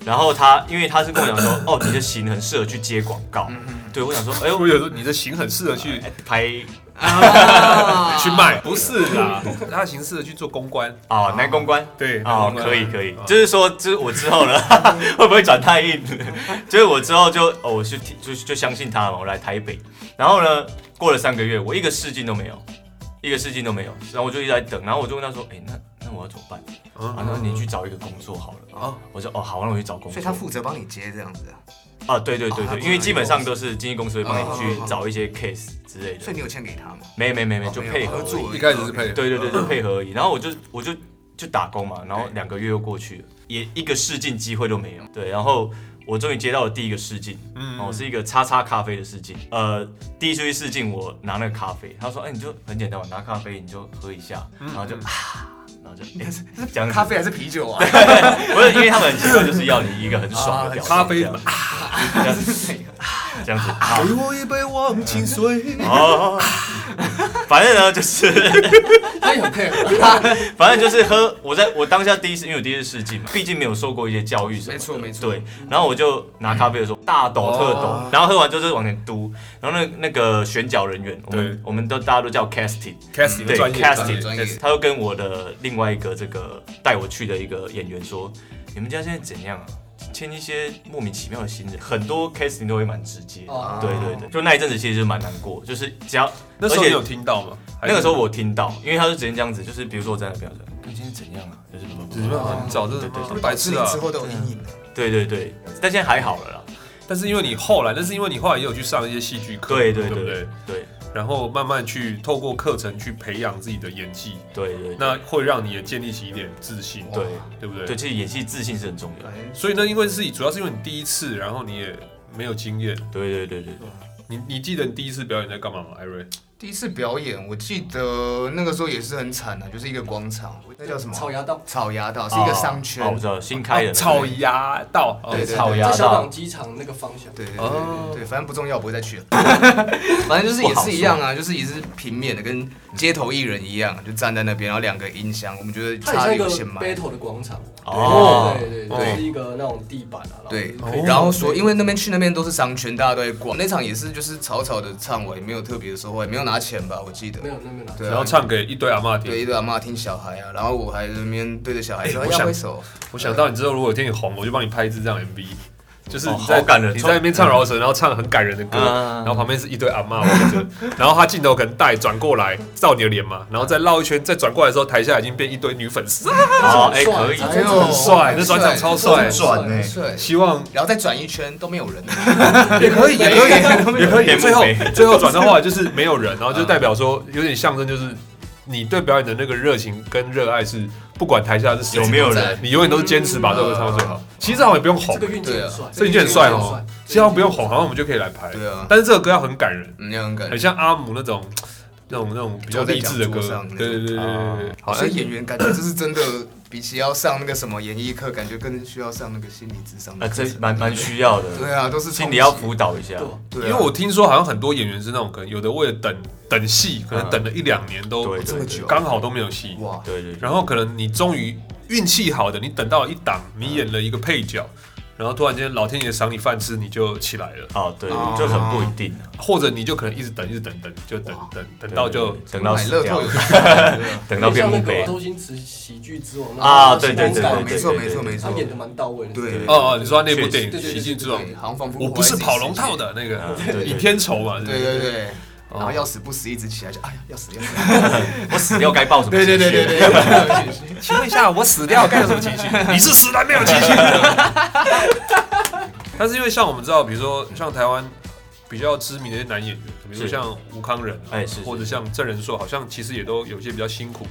S2: 然后他因为他是跟我讲说， 哦，你的型很适合去接广告，对我想说，哎
S1: 我
S2: 呦，
S1: 有时候你的型很适合去哎
S2: 拍
S4: 啊
S1: 去卖，不是啦，他的型适合去做公关。
S2: 啊、男公关。
S1: 对，
S2: 哦，
S1: 公关
S2: 可以可以
S1: 啊，
S2: 就是说，就是我之后呢， 会不会转太硬？ 就是我之后就哦，我去就就相信他嘛，我来台北，然后呢，过了三个月，我一个试镜都没有，一个试镜都没有，然后我就一直在等，然后我就问他说，哎、那那我要怎么办？
S1: 嗯
S2: 啊，他说你去找一个工作好了。
S4: 哦
S2: 啊，我说哦，好，那我去找工作。
S4: 所以他负责帮你接这样子啊，
S2: 啊，对对对
S4: 哦他
S2: 对，
S4: 不
S2: 因为
S4: 是
S2: 基本上都是经纪公司会帮你
S4: 哦哦
S2: 去
S4: 哦
S2: 找一些 case 之类
S4: 所
S2: 的
S4: 以。你有钱给他吗？
S2: 没没没没，
S4: 哦
S2: 就
S4: 没有
S2: 配合
S4: 合
S2: 而已。
S4: 作而已，
S1: 一开始是配合
S2: 对对对，就配合而已。然后我就我就就打工嘛，然后
S4: 对
S2: 两个月又过去了，也一个试镜机会都没有。对，然后我终于接到了第一个试镜，
S1: 嗯
S2: 哦，是一个叉叉咖啡的试镜。呃，第一次去试镜，我拿那个咖啡，他说，哎，你就很简单嘛，拿咖啡你就喝一下，然后就啊，然 后就哎这样子
S4: 咖啡还嗯是啤酒 啊？
S2: 不是，因为他们很习惯就是要你一个很爽的表情，
S1: 咖啡
S2: 这
S4: 啊
S2: 样 这样子。啊
S1: 给我哎一杯忘情水。
S2: 哦，反正呢，就是，
S3: 他也很配合，
S4: 啊
S2: 反正就是喝。我在我当下第一次，因为我第一次试镜嘛，毕竟没有受过一些教育什么的，
S4: 没错没错嗯
S2: 对，然后我就拿咖啡的时候大抖特抖，
S1: 啊
S2: 然后喝完之后就是往前嘟。然后那那个选角人员，我
S1: 对
S2: 们我们都大家都叫 casting，
S1: casting
S2: 对
S1: 专业的
S4: 业
S2: casting，
S4: 专
S2: casting 他又跟我的另外一个这个带我去的一个演员说，你们家现在怎样啊？签一些莫名其妙的新人，很多 casting 都会蛮直接。
S3: 哦
S2: 对对对，就那一阵子其实就蛮难过，就是只要
S1: 那时候你有听到吗？还是
S2: 那个时候我听到，因为他是直接这样子，就是比如说我在那边我说，看今天怎样啊，就是
S1: 只是很早，真的很白
S4: 吃
S1: 痴
S4: 你
S1: 啊
S4: 之！后都有阴影的。
S2: 对对对，但现在还好了啦。
S1: 但是因为你后来，那是因为你后来也有去上一些戏剧课，
S2: 对对
S1: 对
S2: 对
S1: 不对
S2: 对？对
S1: 然后慢慢去透过课程去培养自己的演技，
S2: 对对
S1: 那会让你也建立起一点自信，
S4: 哦
S2: 对
S1: 对不
S2: 对，
S1: 对？
S2: 其实演戏自信是很重要。
S4: 啊哎
S1: 所以呢，因为是主要是因为你第一次，然后你也没有经验，
S2: 对对对对对，
S1: 你你记得你第一次表演在干嘛吗？艾瑞，
S4: 第一次表演，我记得那个时候也是很惨的、就是一个广场，那叫什么？
S3: 草芽道，
S4: 草芽道是一个商圈啊
S2: 哦，我知道，新开的啊
S1: 哦草芽道，哦
S4: 对对对
S2: 草
S3: 在
S2: 芽
S3: 小港
S2: 道，
S3: 机场那个方向。
S4: 对对对
S1: 哦
S4: 对对，反正不重要，不会再 去了。反正就是也是一样啊，就是也是平面的，跟街头艺人一样，就站在那边，然后两个音箱，我们觉得
S3: 它很
S4: 差
S3: 像一
S4: 距有
S3: 个
S4: 限嘛。
S3: battle 的广场，
S2: 哦
S3: 对对
S4: 对
S3: 对，就是一个那种地板啊，
S4: 对
S3: 然后可以，
S4: 然后说，因为那边去那边都是商圈，大家都在逛。那场也是就是草草的唱完，也没有特别的收获，也没有拿钱吧，我记得。
S3: 没有那边拿，
S4: 对啊，
S1: 然后唱给一堆阿嬷
S4: 对
S1: 听。
S4: 一堆阿妈听小孩啊，然后我还在那边对着小孩说
S1: 哎我
S4: 要
S1: 想
S4: 挥手，
S1: 我想到你之后，如果有一天你红，我就帮你拍一支这样 MV。就是
S2: 哦
S1: 你在、
S2: 好感人
S1: 你在那边唱饶舌，然后唱很感人的歌，
S2: 嗯
S1: 然后旁边是一堆阿嬷围着， 然后他镜头可能带转过来照你的脸嘛，然后再绕一圈，再转过来的时候，台下已经变一堆女粉丝，
S2: 好，哎，
S3: 这很
S2: 可以，
S3: 帅
S4: 哎呦
S1: 很帅那转场
S4: 很
S1: 超
S3: 帅
S4: 很转哎，帅。
S1: 希望
S4: 然后再转一圈都没有人，也可以，也 可以，
S1: 也可以。
S2: 也
S1: 最后
S2: 没啊
S1: 最后转的话就是没有人，然后就代表说有点象征，就是你对表演的那个热情跟热爱是不管台下是
S2: 有没有
S4: 在
S2: 人？哦
S1: 你永远都是坚持把这个唱到最好。其实这好像也不用红啊
S3: 这个，运
S4: 欸
S3: 气很帅，
S1: 这已经很帅哦。其实好像不用红，好像我们就可以来拍。
S4: 对啊
S1: 但是这个歌要很感人，
S4: 嗯，那种感
S1: 很
S4: 觉。
S1: 像阿姆那种那种那种比较励志的歌
S4: 坐在讲桌上。那种
S1: 对对对对对
S2: 啊，
S1: 好
S4: 所以演员感觉这是真的，比起要上那个什么演艺课，感觉更需要上那个心理智商的
S2: 啊，
S4: 课程。
S2: 这蛮蛮需要的，
S4: 对啊，都是
S2: 心里要辅导一下
S3: 对，吧，
S4: 对啊，
S1: 因为我听说好像很多演员是那种可能有的为了等等戏，可能等了一两年都
S2: 对
S4: 这么久
S1: 刚好都没有戏，
S4: 哇，
S2: 对对对，
S1: 然后可能你终于运气好的，你等到了一档，你演了一个配角，然后突然间老天爷赏你饭吃，你就起来了，
S2: 哦，对，
S4: 哦
S2: 就很不一定，啊
S1: 或者你就可能一直等，一直等，等就等等等到就
S2: 对对对等到
S4: 买
S2: 死
S4: 乐
S2: 掉
S4: 透，有，对啊
S2: 等到变
S3: 像那
S2: 墓
S3: 个
S2: 碑，
S3: 周星驰喜剧之王
S2: 啊，对对对
S3: 那
S2: 对，
S3: 种
S4: 没错
S2: 对
S4: 没错
S2: 对
S4: 没
S3: 他
S4: 错，
S3: 演的蛮到位的，
S4: 对
S3: 对
S1: 哦哦，你说他那部电影
S3: 确
S1: 《
S3: 实
S1: 喜剧之王
S4: 对，》，好像仿佛
S1: 我不是跑龙套，的那个
S2: 嗯对对对
S1: 倚天仇嘛，是不
S4: 对
S1: 是
S4: 对对，然后要死不死一直起来就哎呀要死要死，
S2: 我死掉该报什么？ 啊
S4: 对对对对，对，
S1: 请问一下，我死掉该有什么情绪？你是死了没有情绪。但是因为像我们知道，比如说像台湾比较知名的一些男演员，比如说
S2: 是
S1: 像吴康仁、啊，
S2: 哎是是
S1: 或者像郑仁硕，好像其实也都有一些比较辛苦。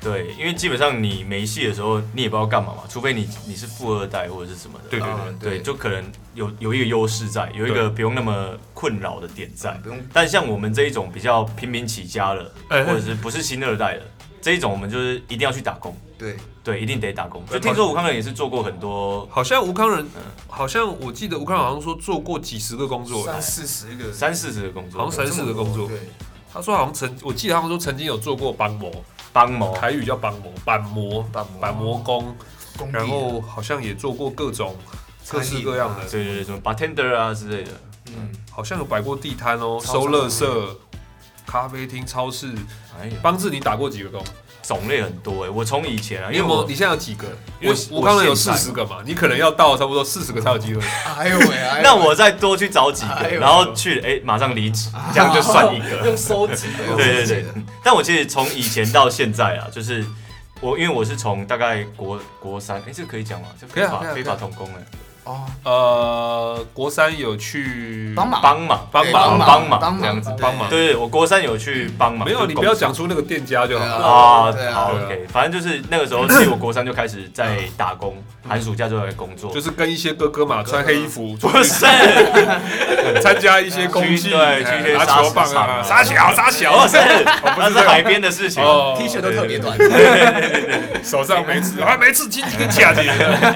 S2: 对，因为基本上你没戏的时候，你也不知道干嘛嘛，除非你你是富二代或者是什么的，
S1: 对对
S4: 嗯
S2: 对，就可能有有一个优势在，有一
S1: 对
S2: 个不用那么困扰的点在。
S4: 不用
S2: 但像我们这一种比较平民起家了，
S1: 哎
S2: 或者是不是新二代了，这一种我们就是一定要去打工，
S4: 对，
S2: 对，一定得打工。
S1: 对
S2: 就听说吴康仁也是做过很多
S1: 好像吴康仁，好像我记得吴康仁好像说做过几十个工作，
S4: 哎三四十个，
S2: 三四十的工作，
S1: 好像三四个工作。
S4: 对，
S1: 他说好像曾，我记得他们说曾经有做过板模，
S2: 帮模，
S1: 台语叫板模，板模，
S4: 板模
S1: 板模工，
S4: 工地
S1: 然后好像也做过各种
S4: 餐
S1: 各
S4: 饮
S1: 式各样的。
S2: 对对对，什么 bartender 啊之类的，
S4: 嗯，
S1: 好像有摆过地摊哦，
S4: 超
S1: 收垃圾、咖啡厅、超市，
S2: 哎呀，
S1: 帮志你打过几个工？
S2: 种类很多哎、我从以前啊，
S1: 你
S2: 啊因为
S1: 有没有？
S2: 我
S1: 你现在有几个？因为
S2: 我
S1: 我刚才有
S2: 我
S1: 四
S2: 现在
S1: 十个嘛，你可能要到差不多四十个才有 机会。
S4: 哎呦喂，哎呦喂
S2: 那我再多去找几个
S4: 哎，呦啊
S2: 然后去哎、马上离职，这样就算 一个。
S3: 用收集
S4: 哎呦
S3: 的，
S2: 对对
S4: 是
S2: 对
S4: 的，
S2: 但我其实从以前到现在啊，就是我因为我是从大概国国三，哎、这个可以讲吗？这
S1: 可以啊
S2: 非法
S1: 可以啊
S2: 非法童工哎、
S4: 哦，
S1: 呃，国三有去
S4: 帮忙
S2: 帮忙哎
S1: 帮
S4: 对
S1: 忙
S2: 帮忙
S4: 帮忙
S2: 这样子
S1: 帮忙，
S2: 对对，我国三有去帮忙，
S1: 没有，你不要讲出那个店家就好
S4: 对
S1: 了。
S2: 啊
S4: 对，啊
S2: 好
S1: 对啊
S2: OK，反正就是那个时候，其实我国三就开始在打工，寒暑假就在工作，
S1: 就是跟一些哥哥嘛，穿黑衣服，
S2: 不是
S1: 参加一些公祭，
S2: 去对去一些
S1: 哎拿
S2: 杀
S1: 球棒
S2: 死场
S1: 啊，
S2: 啊哦
S1: 杀小杀
S2: 不
S1: 小，
S2: 是，那是海边的事情。
S1: 哦
S4: T 恤都
S1: 对
S4: 特别短，
S1: 手上没 刺，啊，没刺，今天跟假的。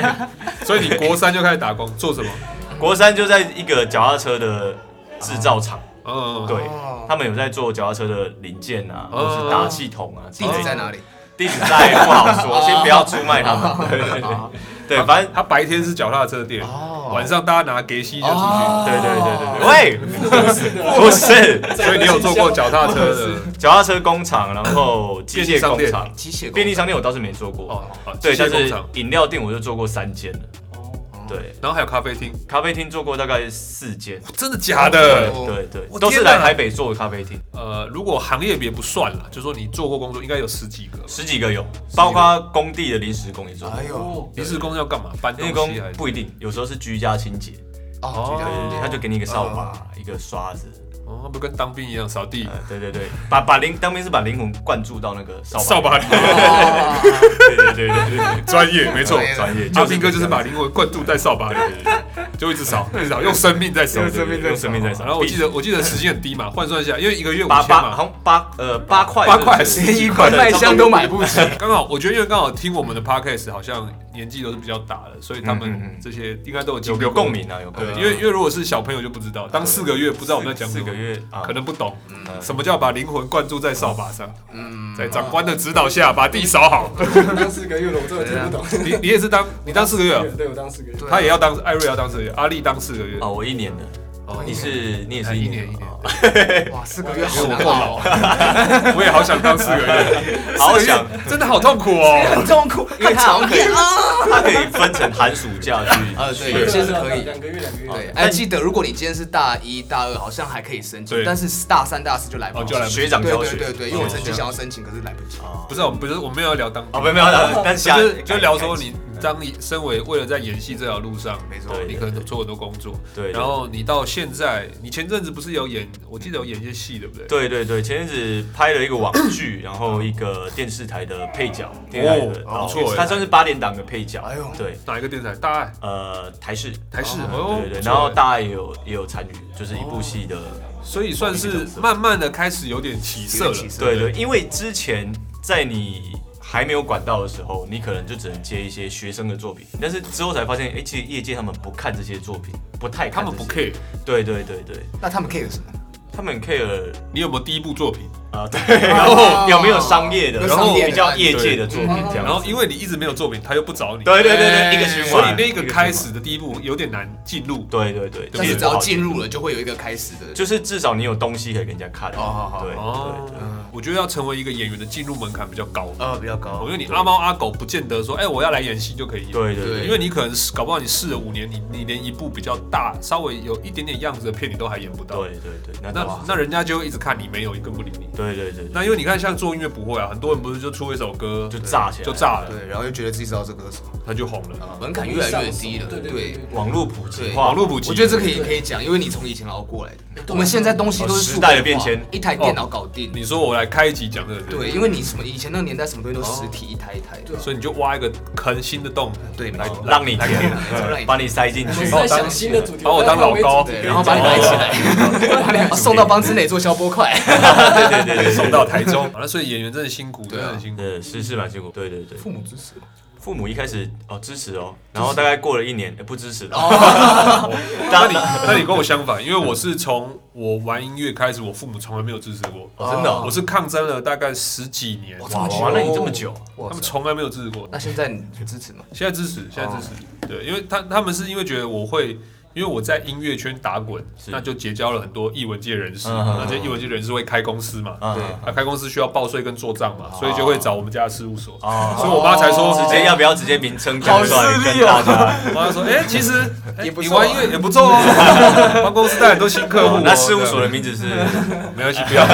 S1: 所以你国三就开始打工，做什么？
S2: 国三就在一个脚踏车的制造厂，
S1: 嗯，
S2: 对
S4: 哦，
S2: 他们有在做脚踏车的零件啊，
S1: 哦
S2: 或是打气筒啊之
S4: 地
S2: 类的。
S4: 址在哪里？
S2: 地址在不好说，先不要出卖他们。对对对对，反正
S1: 他白天是脚踏车店，
S4: 哦
S1: 晚上大家拿给息就出去。
S2: 对对对对对，喂，不是
S1: 所以你有做过脚踏车的
S2: 脚踏车工厂，然后机械工厂。
S4: 机械工
S2: 便利商店我倒是没做过，
S1: 哦，好
S2: 对，
S1: 机
S2: 但
S1: 械工
S2: 是
S1: 厂，
S2: 饮料店我就做过三间了。对，
S1: 然后还有咖啡厅，
S2: 咖啡厅做过大概四间，
S1: 真的假的？
S4: 哦
S2: 对对，
S1: 我
S2: 都是
S1: 天哪
S2: 来台北做的咖啡厅，
S1: 呃，如果行业别不算了，就说你做过工作，应该有十几个吧。
S2: 十几个有，包括工地的临时工也做过。
S4: 哎呦，
S3: 哦，
S1: 临时工要干嘛？搬东
S2: 临时
S1: 西
S2: 工
S1: 还是？
S2: 不一定，有时候是居家清洁，
S4: 哦，
S2: 对
S4: 这
S2: 对
S4: 样
S2: 对，他就给你一个扫把，一个刷子，
S1: 哦，他不跟当兵一样扫地
S2: 呃，对对对，把把灵当兵是把灵魂灌注到那个扫把，
S1: 扫，把里，
S2: 对对对对对，
S1: 专业没错。
S4: 专 业
S2: 专业，
S1: 阿
S2: 就是
S1: 兵哥就是把灵魂灌注在扫把里。
S2: 对，对对
S1: 就一直扫，一直扫，用生命在扫。
S4: 用生命在
S2: 用生命在扫。
S1: 然后我记得我记得时间很低嘛，换算一下，因为一个月五
S2: 八
S1: 千
S2: 八，好
S1: 嘛，
S2: 像八呃八
S1: 啊
S2: 块
S1: 八块
S2: 是不
S1: 十
S2: 是
S1: 几
S4: 一块麦香都买不起。
S1: 刚好我觉得因为刚好听我们的 podcast 好像年纪都是比较大的，所以他
S2: 嗯嗯
S1: 们
S2: 嗯
S1: 这些应该都有经
S2: 有
S1: 历
S2: 有
S1: 过
S2: 共。鸣啊，有共
S1: 对，
S2: 鸣。
S1: 因为因为如果是小朋友就不知道，当四个月不知道我们在讲什
S2: 四
S1: 么
S2: 个，月啊，
S1: 可能不懂
S2: 嗯
S1: 什么叫把灵魂灌注在扫把上，
S4: 嗯，
S1: 在长官的指导下把地扫 好。
S3: 当四个月了，我真的听不懂。
S1: 你你也是当你当四个月啊，
S3: 对，我当四个月。
S4: 啊对
S1: 他也要当艾瑞要当四个月，阿力当四个月
S2: 啊，，我一年的，
S1: 哦
S2: 你是你也
S1: 哎
S2: 是
S1: 一
S2: 年
S1: 年一年
S2: 哦
S4: 哇，四个月
S1: 因
S4: 好
S1: 为我
S4: 难
S1: 够
S4: 熬
S1: 老
S4: 哦，，
S1: 我也好想 当四个月，四
S2: 好
S1: 个月
S2: 想
S1: 真的好痛苦哦。
S4: 很痛苦，
S2: 因为
S4: 很讨厌 啊。
S2: 它可以分成寒暑假 去
S4: 啊对
S2: 去
S4: 有些是可以
S3: 两个月，两个月。
S4: 对，
S2: 但
S4: 哎，记得如果你今天是大一、大二，好像还可以申请
S1: 对，
S4: 但是大三、大四就来不
S1: 哦
S4: 及
S1: 就来不及
S2: 学长
S4: 对
S2: 教
S4: 对
S2: 学，
S4: 对对，因为我曾经
S2: 哦
S4: 想要申请，可是来不及。
S2: 哦
S1: 不是啊，我们不是我们没有要聊当
S2: 哦，没有没有， 但下哎
S1: 就是就聊说你当你身为为了在演戏这条路上，
S4: 没错
S1: 哦你可能做很多工作，
S2: 对，
S1: 然后你到现在，你前阵子不是有演，我记得有演一些戏，对不对？
S2: 对对对，前阵子拍了一个网 剧，然后一个电视台的配角，电视台的，
S1: 哦
S2: 哦
S1: 不错欸
S2: 它算是八点档的配角。
S4: 哎呦
S2: 对，
S1: 哪一个电视台？大爱、
S2: 呃，台视，
S1: 台视，哦
S2: 对对对，
S1: 不错
S2: 然后大爱也有也有参与，就是一部戏的，
S1: 所以算是慢慢的开始有点起色
S4: 有
S1: 了，
S4: 点起色
S2: 对对，因为之前在你。还没有管道的时候，你可能就只能接一些学生的作品，但是之后才发现，哎、其实业界他们不看这些作品，不太
S1: 他
S2: 看这
S1: 们
S2: 些
S1: 不 care
S2: 对对对对，
S4: 那他们 care 什么？
S2: 他们 care
S1: 你有没有第一部作品，
S2: 啊、 对，然
S1: 哦
S2: 后有没有商业的，
S4: 有
S2: 然
S4: 商
S2: 后
S4: 业的
S2: 比较业界的作品这样
S1: 然后因为你一直没有作品，他又不找你，
S2: 对对对对，
S4: 哎
S2: 一个循
S1: 所以
S2: 环，
S1: 那个
S2: 一
S1: 开始的第一步有点难进入
S2: 循环，。对对对，
S4: 但
S1: 其
S4: 是
S1: 实
S4: 只要
S2: 好
S4: 进，入了，就会有一个开始的，
S2: 就是至少你有东西可以给人家看。
S4: 好好好
S2: 对
S1: 哦
S2: 对对，
S1: 我觉得要成为一个演员的进入门槛比较高，
S4: 呃比较高
S1: 哦因。为你阿猫阿狗不见得说，哎，我要来演戏就可以演。
S2: 对对对
S4: 对
S1: 因为你可能是搞不好你试了五年，你你连一部比较大、稍微有一点点样子的片你都还演不到，
S2: 对对对，那
S1: 那
S2: 倒是
S1: 那人家就会一直看你没有，更不理你。
S2: 对对对，
S1: 那因为你看，像做音乐不会啊，很多人不是就出一首歌
S2: 就炸起来
S1: 就炸了，
S4: 对，然后又觉得自己是饶舌歌手，
S1: 他就红了。
S4: 啊门槛越来越低了。
S3: 对对
S4: 对，
S2: 对网络普及
S4: 对
S2: 化，
S1: 网络普及，
S4: 我觉得这可以可以讲，因为你从以前熬过来的。我们现在东西都是
S2: 哦时代的
S4: 数位化
S2: 变迁哦
S4: 一台电脑搞定。
S1: 你说我来开一集讲这个，
S4: 对，因为你什么以前那个年代什么东西都实体一台一台的。
S1: 所以你就挖一个坑，新的洞，
S4: 哦对，没啊
S2: 来
S4: 错。
S2: 让你填
S4: 让你，
S2: 把你塞进
S3: 我
S4: 哦
S2: 去
S3: 们是。在想新的主题，
S1: 把我当老高
S4: 对，然后把你埋起 来，把你送到帮之内做消波块。
S2: 对对对对，
S1: 送到台中。好了，所以演员真的辛苦，真
S4: 对啊
S1: 的很辛苦。
S2: 呃，是是蛮辛苦，对对对，
S4: 父母支持。
S2: 父母一开始哦支持哦，然后大概过了一年，哎不支持了，
S1: 那你那你跟我相反，因为我是从我玩音乐开始，我父母从来没有支持过，
S2: 哦真的哦
S1: 我是抗争了大概十几年，
S4: 哇这
S2: 哇
S4: 么久
S2: 玩了你这么久，啊
S1: 他们从来没有支持过。
S4: 那现在你支持吗？
S1: 现在支持，现在支持，
S2: 哦
S1: 对，因为他他们是因为觉得我会，因为我在音乐圈打滚，
S2: 是
S1: 那就结交了很多艺文界人士，
S2: 嗯嗯嗯
S1: 那这些艺文界人士会开公司嘛，
S2: 啊
S4: 对
S1: 啊，开公司需要报税跟做账嘛，所以就会找我们家的事务所，
S2: 哦
S1: 所以我妈才说，
S2: 直接要不要直接名称讲出
S4: 好
S2: 来
S4: 势
S2: 跟
S4: 利
S2: 大
S4: 哦
S2: 家？
S1: 我妈说，哎，其实哎
S4: 也不
S1: 你
S4: 错啊
S1: 玩音乐也不错 哦，帮公司带很多新客户
S2: 哦
S1: 哦，
S2: 那事务所的
S1: 对
S2: 名字是
S1: 没关系，不要，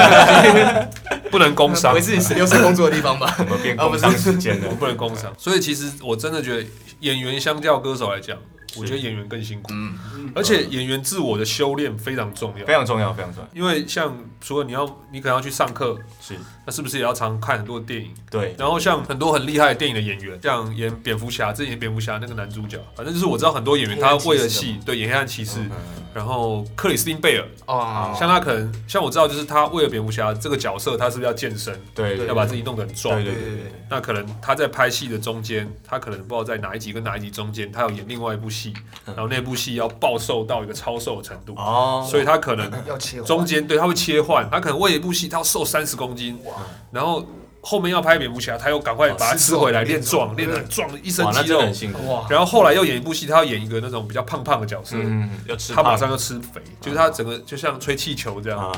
S1: 不能工
S4: 我
S1: 伤
S4: 们，是你十六岁工作的地 方吧？
S2: 怎么变
S4: 啊
S2: 工
S4: 不是
S2: 商时间了
S1: 我？不能工伤，所以其实我真的觉得演员相较歌手来讲，我觉得演员更辛苦，
S4: 嗯，
S1: 而且演员自我的修炼非常重要
S2: 非。常重要，非常重要。
S1: 因为像除了你要，你可能要去上课，
S2: 是
S1: 那是不是也要常看很多电影？
S2: 对，
S1: 然后像很多很厉害的电影的演员，像演蝙蝠侠，之前演蝙蝠侠那个男主角，反正就是我知道很多演员他为了戏，对演黑暗骑士，嗯然后克里斯汀贝尔，
S2: 啊
S4: 哦，
S1: 像他可能像我知道就是他为了蝙蝠侠这个角色，他是不是要健身，
S2: 对
S1: 要把自己弄得很壮？
S2: 对对对
S4: 对
S2: 对
S4: 对
S2: 对，
S1: 那可能他在拍戏的中间，他可能不知道在哪一集跟哪一集中间，他有演另外一部戏，然后那部戏要暴瘦到一个超瘦的程度，
S2: 嗯哦，
S1: 所以他可能
S4: 要切换
S1: 中间对他会切换，他可能为一部戏他要瘦三十公斤，然后后面要拍蝙蝠侠，他又赶
S2: 哦
S1: 快把它吃回来练壮，练得很壮，一身
S2: 哇，那
S1: 肌
S2: 真
S1: 肉
S2: 的很。辛苦。
S4: 哇，
S1: 然后后来又演一部戏，他要演一个那种比较胖胖的角色，
S2: 嗯，要吃
S1: 他
S2: 胖
S1: 马上就吃肥，就是他整个就像吹气球这样。
S2: 啊，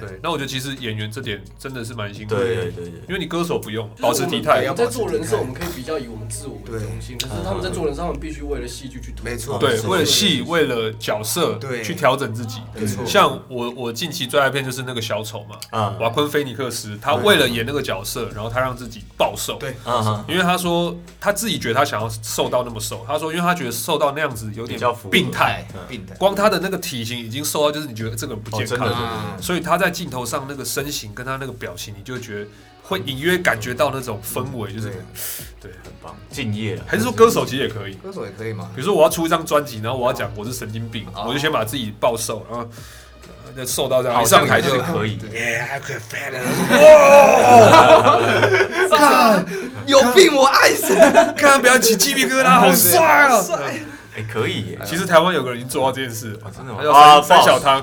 S1: 对，那我觉得其实演员这点真的是蛮辛苦
S2: 对对
S1: 的，
S2: 对对，
S1: 因为你歌手不用保持体
S4: 对
S1: 态
S4: 要。
S3: 在做人设，我们可以比较以我们自我为中心，可是他们在做人上，他们必须为了戏剧去突。
S4: 没错，
S1: 对，
S2: 是
S1: 为了戏，为了角色，
S4: 对
S1: 去调整自己。
S4: 没错，
S1: 像我，我近期最爱片就是那个小丑嘛，
S2: 啊
S1: 瓦昆菲尼克斯，他为了演那个角色，然后他让自己暴瘦。
S4: 对
S2: 啊哈，
S1: 因为他说他自己觉得他想要瘦到那么瘦，他说因为他觉得瘦到那样子有
S2: 比
S1: 点
S2: 较符合
S1: 病态，
S4: 病态，
S1: 光他的那个体型已经瘦到就是你觉得这个人不健
S2: 哦真
S1: 康，
S2: 的
S4: 嗯
S1: 所以他在镜头上那个身形跟他那个表情，你就会觉得会隐约感觉到那种氛围，就是对，
S2: 很棒，敬业了。
S1: 还是说歌手其实也可以。
S4: 歌手也可以嘛
S1: 比？如说我要出一张专辑，然后我要讲我是神经病，我就先把自己暴瘦，然后呃就瘦到这样，一上台就
S2: 好像可以
S4: ，Yeah，I could feel it。哇，有病我爱 死！
S1: 看不要起鸡皮疙瘩，好帅啊！
S2: 哎，可以耶，
S1: 其实台湾有个人已经做到这件事，
S2: 真的
S1: 他
S2: 吗？
S4: 啊
S2: 啊
S1: 叫
S2: 不
S1: 三
S2: 好
S1: 小汤，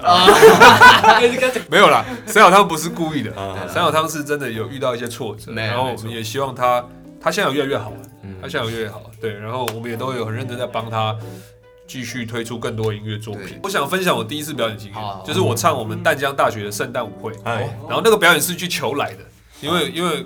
S1: 没有啦，三小汤不是故意的，三小汤是真的有遇到一些挫折，
S4: 啊没有
S1: 然后我
S4: 没错
S1: 们也希望他，他现在有越来越好了
S2: 嗯，
S1: 他现在有越来越好，对，然后我们也都有很认真在帮他。继续推出更多音乐作品
S4: 对。
S1: 我想分享我第一次表演经验
S4: 好啊好啊，
S1: 就是我唱我们淡江大学的圣诞舞会，
S2: 哎，
S1: 然后那个表演是去求来的，因
S4: 啊
S1: 为因为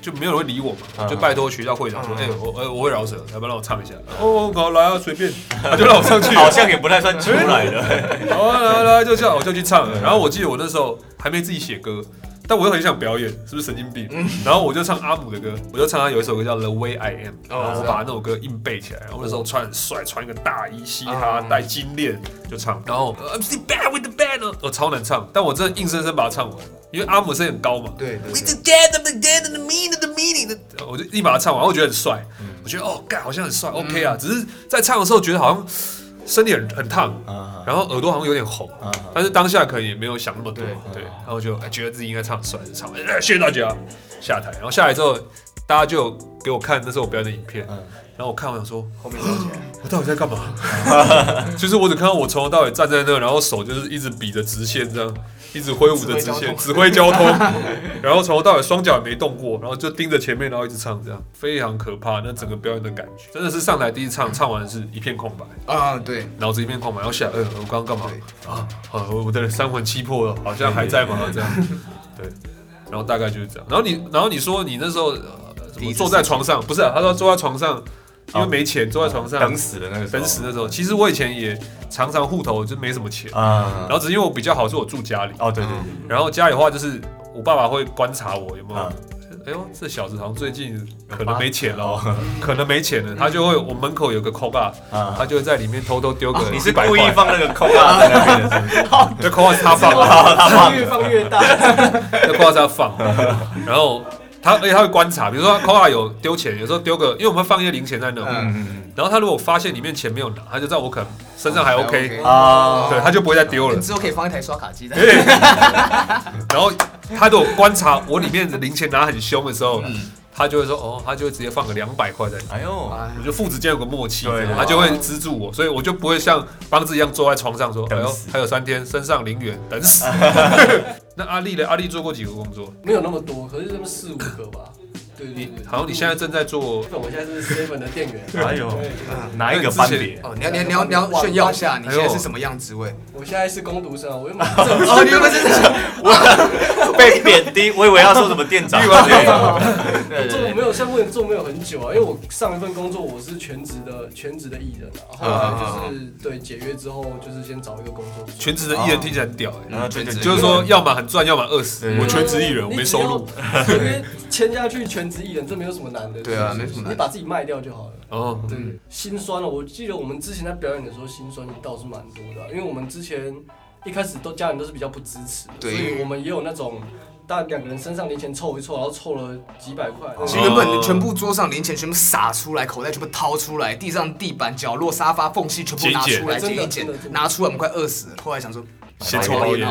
S1: 就没有人会理我嘛，
S2: 嗯
S1: 就拜托学校会长
S4: 啊
S1: 说，
S2: 嗯
S1: 哎，我我我会饶舌，要不要让我唱一下？哦，好，来啊，随便，他就让我上去了，
S2: 好像也不太算出来 的。
S1: 好啊，来啊来啊就这样，我就去唱了。然后我记得我那时候还没自己写歌，但我又很想表演，是不是神经病？然后我就唱阿姆的歌，我就唱他有一首歌叫《The Way I Am》，然后我把那首歌硬背起来。然后那时候穿很帅，穿一个大衣，嘻哈，戴金链就唱。然后呃 I'm still bad with the band，哦我超难唱，但我真的硬生生把它唱完，因为阿姆声音很高嘛。
S4: 对对
S1: We the dead of the dead and the meaning of the meaning 的，我就立马唱完，我觉得很帅，我觉得哦，干好像很帅，OK
S2: 嗯
S1: 啊，只是在唱的时候觉得好像身体很很烫，
S2: 啊
S1: 然后耳朵好像有点红，但是当下可能也没有想那么多，
S4: 对
S1: 对，
S2: 啊
S1: 然后就哎觉得自己应该唱得帅，就唱完，哎谢谢大家，下台，然后下来之后，大家就给我看那是我表演的影片，
S2: 嗯
S1: 然后我看完想说，
S4: 后面跳起来，
S1: 我到底在干嘛？ 就是我只看到我从头到尾站在那，然后手就是一直比着直线这样，一直挥舞着直线，指挥交通， 然后从头到尾双脚也没动过，然后就盯着前面，然后一直唱这样，非常可怕。那整个表演的感 觉真的是上台第一唱，唱完是一片空白，
S4: 啊，对，
S1: 脑子一片空白，然后想，呃，我刚刚干嘛啊？啊，我的三魂七魄了，好像还在吗？这样， 对，然后大概就是这样。然后你，然后你说你那时候、呃、怎
S4: 第一
S1: 么
S4: 次
S1: 坐在床上？不是、啊，他说坐在床上，因为没钱，坐在床上
S2: 等死的那个时候，
S1: 等死的时候，其实我以前也常常户头就没什么钱，
S2: 啊
S1: 然！后只是因为我比较好，是我住家里，
S2: 哦，对对对，
S1: 然后家里的话就是我爸爸会观察我有没有
S2: 啊。
S1: 哎呦，这小子好像最近
S2: 有
S1: 可能没钱了
S2: 发
S1: 哦， 可能没钱了，他就会我门口有个扣把，
S2: 啊
S1: 他就会在里面偷偷丢个
S2: 你是
S1: 100块
S2: 故意，放那个空啊在 那边的，是不是？
S1: 这扣把是他放 的，
S3: 哇越放越大，
S1: 这扣把是他放 的，然后他而且他会观察，比如说他扣把有丢钱，有时候丢个，因为我们会放一些零钱在那种，
S4: 嗯
S2: 嗯
S1: 然后他如果发现里面钱没有拿，他就知道我可能身上还 OK，
S2: 嗯啊，
S1: 对，他就不会再丢了
S4: 你。之后可以放一台刷卡机在。
S1: 对，然后他如果观察我里面的零钱拿很凶的时候，他就会说哦，他就会直接放个两百块在里面。啊
S2: 哎呦，
S4: 哎
S1: 我觉得父子间有个默契，
S2: 对
S1: 这样
S2: 对
S1: 他就会资助我，所以我就不会像帮子一样坐在床上说：“哎
S2: 等
S1: 呦
S2: 死，
S1: 还有三天，身上零元，等 死。”那阿丽呢？阿丽做过几个工作？
S3: 没有那么多，可是这么四五个吧。对对对，
S1: 好像你现在正在做，
S3: 我现在是 seven 的店员。
S2: 哎呦
S3: 对
S1: 啊
S2: 哪一个班别？
S4: 哦，你要你要你要你要炫耀一下，
S1: 哎
S4: 你现在是什么样职位？
S3: 我现在是工读生啊，我又买正
S4: 哦，你们 是
S2: 被贬低，我以为要说什么店 长。
S3: 我做没有像问做没有很久啊，因为我上一份工作我是全职的全职的艺人啊，后来就是对解约之后，就是先找一个工作做。
S1: 全职的艺人听起来很屌哎、
S2: 然后对对，
S1: 就是说要么很赚，要么饿死
S2: 对。
S1: 我全职艺人，我没收入。
S3: 你只要，因为签下去全职艺人，这没有什么难的。
S4: 对啊没什么难
S3: 你把自己卖掉就好了。
S1: 哦，
S3: 对，心酸啊了。我记得我们之前在表演的时候，心酸倒是蛮多的啊、因为我们之前一开始都家人都是比较不支持的，所
S4: 对
S3: 以我们也有那种大家两个人身上零钱凑一凑，然后凑了几百块。
S1: 哦
S3: 那
S4: 是
S3: 种
S4: 原本全部桌上零钱全部撒出来，口袋全部掏出来，地上、地板、角落、沙发缝隙全部拿出来，捡一捡，拿出来，我们快饿死了。后来想说，哎
S1: 先抽包烟，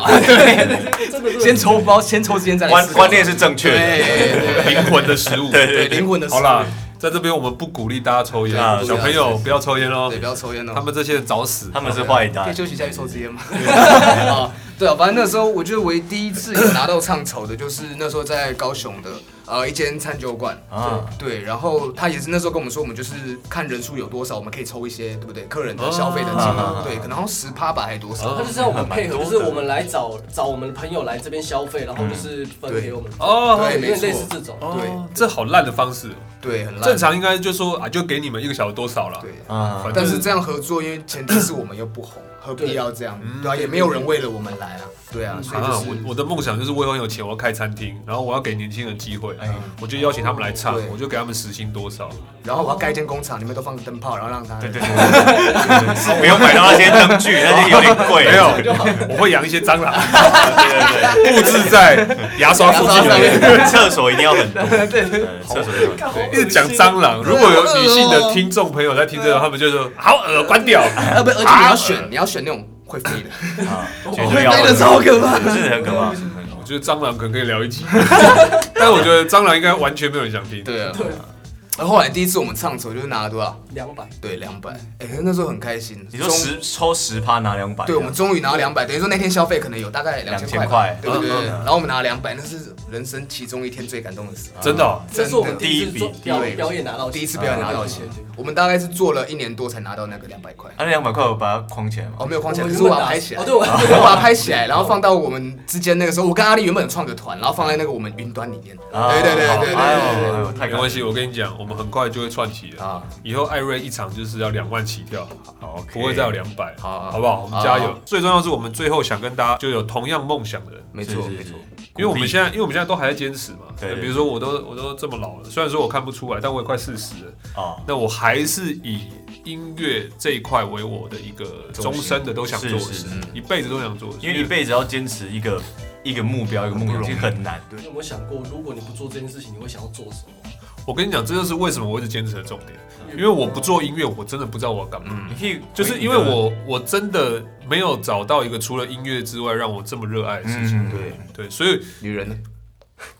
S3: 真的是
S4: 先抽包，先抽时间再来哎
S2: 观
S4: 思考。
S2: 观念是正确的。
S4: 对
S1: 灵魂的食物。
S4: 对，灵魂的
S1: 好啦，在这边我们不鼓励大家抽烟
S2: 啊，
S1: 小朋友不要抽烟哦
S4: 对，，不要抽烟哦。
S1: 他们这些人早死。
S2: 他们是坏
S4: 可
S2: 蛋
S4: 以，休息一下去抽支烟吗？ 啊，对啊，反正那时候我觉得唯第一次有拿到唱酬的，就是那时候在高雄的呃一间餐酒馆。
S2: 啊，
S4: 对，然后他也是那时候跟我们说，我们就是看人数有多少，我们可以抽一些，对不对？客人的消费的金额，对，可能好像十趴吧，还哦多少？
S3: 他就是让我们配合，就是我们来找找我们的朋友来这边消费，然后就是分给我们。
S1: 哦，
S4: 嗯对
S3: 有
S4: 没
S3: 点
S4: 错
S3: 类似这种。
S1: 哦，这好烂的方式哦。
S4: 对，很烂
S1: 正。常应该就说啊，就给你们一个小时多少了。
S4: 对，
S2: 啊
S1: 反正
S4: 但是这样合作，因为前提是我们又不红，何必要这样？对啊，也没有人为了我们来啊。对啊，所以
S1: 啊
S4: 就，是
S1: 我我的梦想就是我以后很有钱，我要开餐厅，然后我要给年轻人机会，我就邀请他们来唱
S4: 哎对，
S1: 我就给他们时薪多少，
S4: 然后我要盖一间工厂，里面都放灯泡，然后让他
S2: 对对对对，不用买到那些灯具，那些有点贵。
S1: 没有
S2: 对，
S1: 我会养一些蟑螂，
S2: 对
S1: 布置在牙刷附近
S4: 牙刷上
S1: 而已
S4: 面。
S2: 对，厕所一定要很多。对，厕所一定要很多。
S1: 一直讲蟑螂，如果有女性的听众朋友在听这个，他们就说好恶关掉。
S4: 啊不，而且你要选，你要选那种会飞 的，
S2: 啊，绝
S4: 会
S2: 对要
S4: 飞的
S2: 很多，
S4: 超可怕。
S2: 真的很可怕。
S1: 我觉得蟑螂可能可以聊一集， 但我觉得蟑螂应该完全没有人想听。
S4: 对啊，
S3: 对，
S4: 然后后来第一次我们唱的时候就是拿了多少？
S3: 两百，
S4: 对，两百。哎，那时候很开心。
S2: 你说
S4: 终
S2: 十抽十趴拿两百，
S4: 对，我们终于拿了两百，等于说那天消费可能有大概
S2: 2000
S4: 千
S2: 块
S4: 对对对
S1: 嗯嗯
S4: 对。然后我们拿了两百，那是人生其中一天最感动的事。啊
S1: 真的哦，
S3: 这是我们第一
S2: 第
S3: 次
S2: 一
S3: 做
S2: 笔
S3: 表
S2: 第一笔
S3: 表演拿到钱啊
S4: 第一次表演拿到钱，我们大概是做了一年多才拿到那个两百块。
S2: 啊啊，那两百块我把它框起来嘛
S4: 哦，。没有框起来，
S3: 我
S4: 可
S3: 们
S4: 是我把它拍起来。
S3: 哦对我
S2: 啊
S4: 我把它拍起来，然后放到我们之间那个时候，我跟阿丽原本创个团，然后放在那个我们云端里面。
S2: 啊
S4: 对对对对对
S2: 哎呦
S4: 对
S2: 哎
S4: 对
S2: 呦太
S1: 没
S2: 感人
S1: 关系，我跟你讲，我们很快就会串起
S4: 对。
S1: 的。
S4: 啊，
S1: 以后艾瑞一场就是要两万起跳，
S2: 好，OK 哦
S1: 不会再有两百，
S4: 好好
S1: 好不好？我们加
S4: 好
S1: 油！最重要是我们最后想跟大家就有同样梦想的人，
S4: 没错
S2: 是是
S4: 没
S2: 是
S4: 错。
S1: 因为我们现在，因为我们现在都还在坚持嘛。
S2: 对对对
S1: 比如说，我都我都这么老了，虽然说我看不出来，但我也快四十了，
S2: 啊，
S1: 那我还是以音乐这一块为我的一个终身的都想做的
S2: 是
S1: 事
S2: 是是，
S1: 一辈子都想做的事。
S2: 因为一辈子要坚持一个一个目标一个梦想，
S4: 不容
S2: 其
S4: 易
S2: 实很难。
S3: 你有没有想过，如果你不做这件事情，你会想要做什么？
S1: 我跟你讲，这就是为什么我一直坚持的重点，因为我不做音乐，我真的不知道我要干嘛。
S2: 你嗯可以
S1: 就是因为我我真的没有找到一个除了音乐之外让我这么热爱的事情。
S2: 嗯
S4: 对
S1: 对，所 以
S4: 女人呢？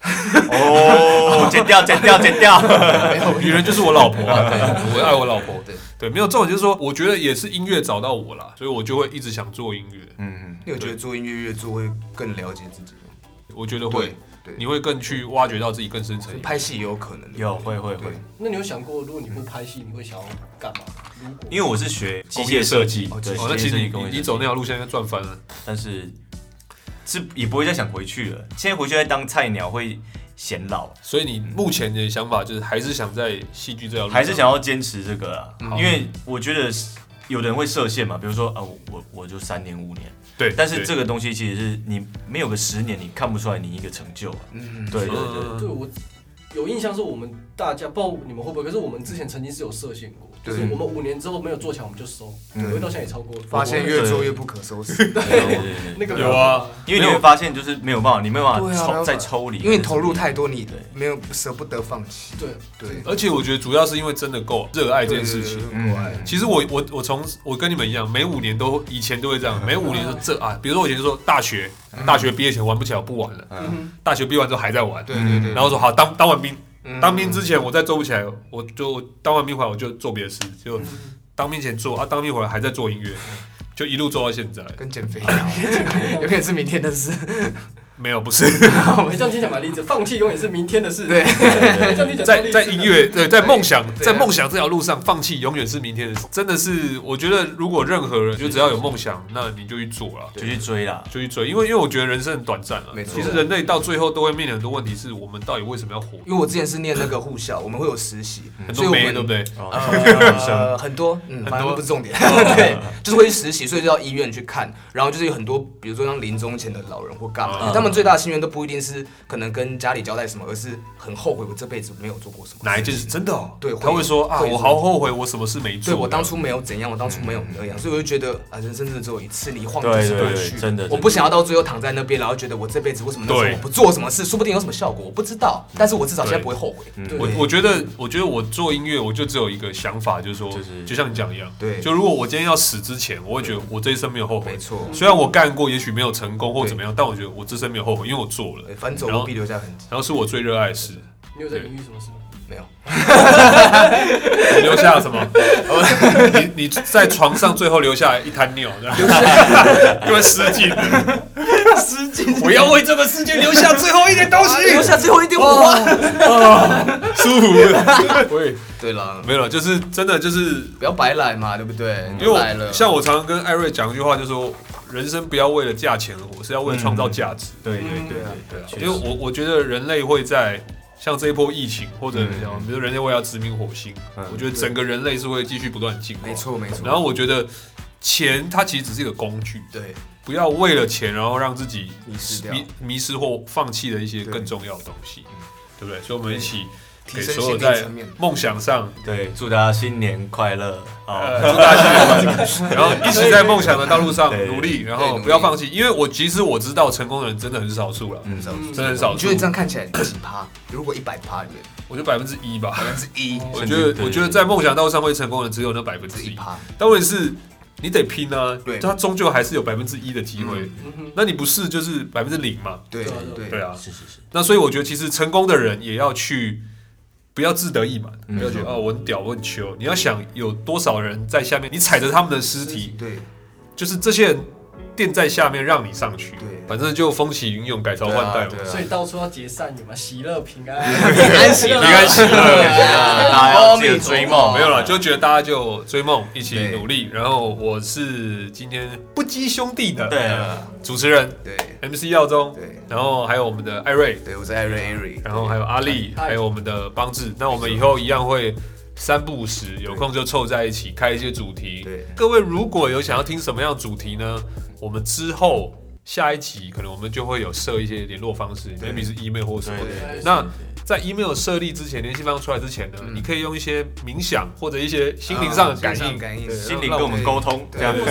S2: 哦，剪掉剪掉剪掉，
S4: 没有
S1: 女人就是我老婆啊，对，我爱我老婆。
S4: 对
S1: 对，没有重点就是说，我觉得也是音乐找到我啦，所以我就会一直想做音乐。
S2: 嗯，
S4: 你有觉得做音乐越做会更了解自己吗？
S1: 我觉得会，
S4: 对，
S1: 你会更去挖掘到自己更深层。
S4: 拍戏也有可能。
S2: 有会会会
S4: 对，
S3: 那你有想过，如果你不拍戏，你会想要干嘛？如果
S4: 嗯
S2: 因为我是学机械设计，
S4: 工业
S2: 对，
S4: 设计
S1: 哦，那
S2: 机
S1: 其
S2: 械设
S1: 实
S2: 计
S1: 你
S2: 工
S1: 你
S2: 业
S1: 你
S2: 设计
S1: 走那条路线应该赚翻了。
S2: 但是是也不会再想回去了。现在回去再当菜鸟会显老，
S1: 所以你目前的想法就是还是想在戏剧这条路上，
S2: 还是想要坚持这个啊，因为我觉得有的人会设限嘛，比如说啊，我我我就三年五年，
S1: 对，
S2: 但是这
S1: 个
S2: 个东西其实是你没有个十年，你看不出来你一个成就啊。
S4: 嗯，
S2: 对对对，
S1: 嗯
S3: 对我有印象，是我们大家不知道你们会不会，可是我们之前曾经是有设限过，就是
S4: 对
S3: 我们五年之后没有做起来，我们就收，
S2: 嗯
S3: 有味道现在也超过了，
S4: 发现越做越不可收拾。
S2: 对对对
S3: 那
S2: 对，
S3: 个
S1: 有啊，
S2: 因为你会发现就是没有办法，你没有办法
S4: 对啊没有办
S2: 抽
S4: 法
S2: 再抽离，
S4: 因为你投入太多，你
S2: 对
S4: 没有舍不得放弃。
S3: 对，
S4: 对，
S1: 而且我觉得主要是因为真的够热爱这件事情。嗯
S4: 对对对
S1: 其实我我我从我跟你们一样，每五年都以前都会这
S4: 嗯
S1: 样，每五年说这啊，比如说我以前就说大学，大学毕业前玩不起来，我不玩了。
S3: 嗯
S1: 大学毕业完之后还在玩，
S4: 对对对。
S1: 然后说好当当完兵，
S4: 嗯
S1: 当兵之前我再做不起来，我就我当完兵回来我就做别的事，就
S4: 嗯
S1: 当兵前做啊，当兵回来还在做音乐，就一路做到现在。
S4: 跟减肥 一样，有可能是明天的事。
S1: 没有，不是
S3: 哼，哎这样听起来蛮励志，放弃永远是明天的事，
S4: 对，
S3: 这样听起来超
S1: 在
S3: 励志的
S1: 在音乐对在梦想
S4: 对
S1: 在
S4: 啊
S1: 梦想这条路上放弃永远是明天的事，真的是我觉得如果任何人就只要有梦想，那你就去做了。
S2: 就去追啦。
S1: 就去追，因为因为我觉得人生很短暂啊。
S4: 没错
S1: 其实人类到最后都会面临很多问题，是我们到底为什么要活？
S4: 因为我之前是念那个护校，我们会有实习，
S1: 嗯很
S4: 所以
S1: 多
S4: 我
S1: 没
S4: 们啊
S1: 对不对？
S2: 哦
S4: 呃，很多，嗯，反正不是重点，对，就是会去实习，所以就到医院去看，然后就是有很多，比如说像临终前的老人或干嘛，
S2: 嗯
S4: 他们最大的心愿都不一定是可能跟家里交代什么，而是很后悔我这辈子没有做过什么
S1: 哪一件事真的哦？
S4: 对
S1: 他会说啊，
S4: 会
S1: 我好后悔，我什么事没做。
S4: 对我当初没有怎样，我当初没有那样，所以我就觉得啊，人生真的只有一次，你一晃就
S2: 对
S4: 是
S2: 对
S4: 过
S2: 对
S4: 去，
S2: 真的
S4: 我不想要到最后躺在那边，然后觉得我这辈子为什么那时候
S1: 对
S4: 我不做什么事，说不定有什么效果，我不知道，但是我至少现在不会后悔。
S3: 对
S1: 我我觉得，我觉得我做音乐，我就只有一个想法，就是说，
S2: 就是
S1: 就像你讲一样，
S4: 对
S1: 就如果我今天要死之前，我会觉得我这一生没有后悔
S4: 没。错，
S1: 虽然我干过，也许没有成功或怎么样，但我觉得我这生没有后悔，因为我做了
S4: 对，反走
S1: 然
S4: 路
S1: 后
S4: 必留下痕迹。
S1: 然后是我最热爱的事。
S3: 你有在隐喻什么事吗？
S4: 没有，
S1: 你留下了什么？你你在床上最后留下一滩尿， 这样因为失禁。
S4: 失禁，
S1: 我要为这个世界留下最后一点东西，
S4: 留下最后一点火花。
S1: 舒服。喂，
S4: 对了，
S1: 没有了，就是真的就是，
S4: 不要白来嘛，对不对？
S1: 因为
S4: 都来了，
S1: 我像我常常跟艾瑞讲一句话，就说人生不要为了价钱而活，是要为了创造价值。
S4: 嗯
S2: 对对对对对，
S1: 因为我我觉得人类会在像这一波疫情，或者
S2: 嗯
S1: 像比如人类为了要殖民火星
S2: 嗯，
S1: 我觉得整个人类是会继续不断进化。
S4: 没错没错。
S1: 然后我觉得钱它其实只是一个工具，
S4: 对，
S1: 不要为了钱然后让自己
S4: 迷失掉
S1: 迷迷失或放弃了一些更重要的东西，嗯对不对？所以我们一起
S4: 提
S1: 给
S4: 升
S1: 所有
S4: 心灵
S1: 在
S4: 层面
S1: 梦想上
S2: 对，祝大家新年快乐
S1: 呃，
S2: 啊！
S1: 祝大 家幸福，然后一直在梦想的道路上
S2: 对对对
S1: 努力，然后不要放弃，因为我其实我知道成功的人真的很少数了，
S2: 嗯，
S1: 真的很少
S4: 你
S1: 数
S4: 觉得，你这样看起来几趴？如果一百趴里面，
S1: 我觉得百分之一吧
S4: 百。分之一，
S1: 我觉得
S2: 对
S1: 我觉得在梦想道路上会成功的只有那百分之
S4: 是一
S1: 一，
S4: 趴，
S1: 但问题是你得拼啊
S4: 对，
S1: 他终究还是有百分之一的机会，那你不是就是百分之零嘛？
S4: 对
S3: 对
S4: 对
S1: 对啊，
S2: 是是是，
S1: 那所以我觉得其实成功的人也要去。不要自得意满，
S2: 嗯
S1: 不要觉得哦我很屌我很球，你要想有多少人在下面，你踩着他们的尸体，
S4: 对，
S1: 就是这些人垫在下面让你上去，
S4: 对
S1: 反正就风起云涌，改朝换代嘛
S4: 对 啊。啊
S3: 所以到处要结善缘嘛，喜乐平安，
S4: 平安喜乐
S1: 平安喜乐
S2: 大家要记得追梦，
S1: 没有
S4: 哦
S1: 了，就觉得大家就追梦，一起
S4: 对
S1: 努力。然后我是今天不羁兄弟的
S2: 对
S1: 主持人
S4: 啊对
S1: MC 耀宗，
S4: 对
S1: 然后还有我们的艾瑞，
S4: 对，我是艾瑞艾瑞，
S1: 然后还有阿力，
S3: 哎
S1: 还有我们的邦志。那我们以后一样会。三不五时，有空就凑在一起开一些主题
S4: 对。
S1: 各位如果有想要听什么样的主题呢？我们之后下一集可能我们就会有设一些联络方式，maybe 是 email 或什么的。
S2: 对
S1: 那在 email 设立之前，联系方式出来之前呢，你可以用一些冥想或者一些心灵上的感
S4: 嗯啊心灵上
S1: 应，
S4: 的感应
S1: 对
S2: 心灵跟我们沟。通，这样子。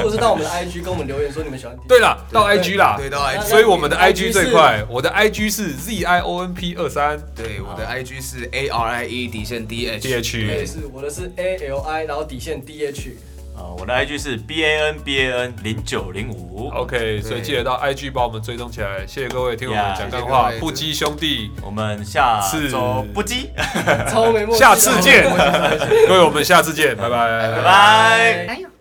S3: 或者是到我们的 IG 跟我们留言说你们喜欢听。
S1: 对了，到 IG 啦，
S4: 对，到 IG，
S1: 所以我们的
S3: IG
S1: IG 最快，我的 IG 是 Z I O N P 二三
S4: 对，我的 IG 是 A R I E 底线 D H
S1: D。
S3: 我也
S1: H。
S3: 是我的是 A L I，然后底线 D H。
S2: 啊，我的 IG 是 B A N B A N 零九零五，
S1: OK，所以记得到 IG 把我们追踪起来，谢谢各位听我们
S2: Yeah，
S1: 讲干话
S4: 谢谢，各
S1: 不
S4: 位
S1: 羁兄弟，
S2: 我们下
S1: 是
S2: 周不羁，
S3: 超没默契的。
S1: 下
S3: 啊
S1: 次见，各位我们下次见，拜拜，拜
S2: 拜拜。
S4: 哎呦。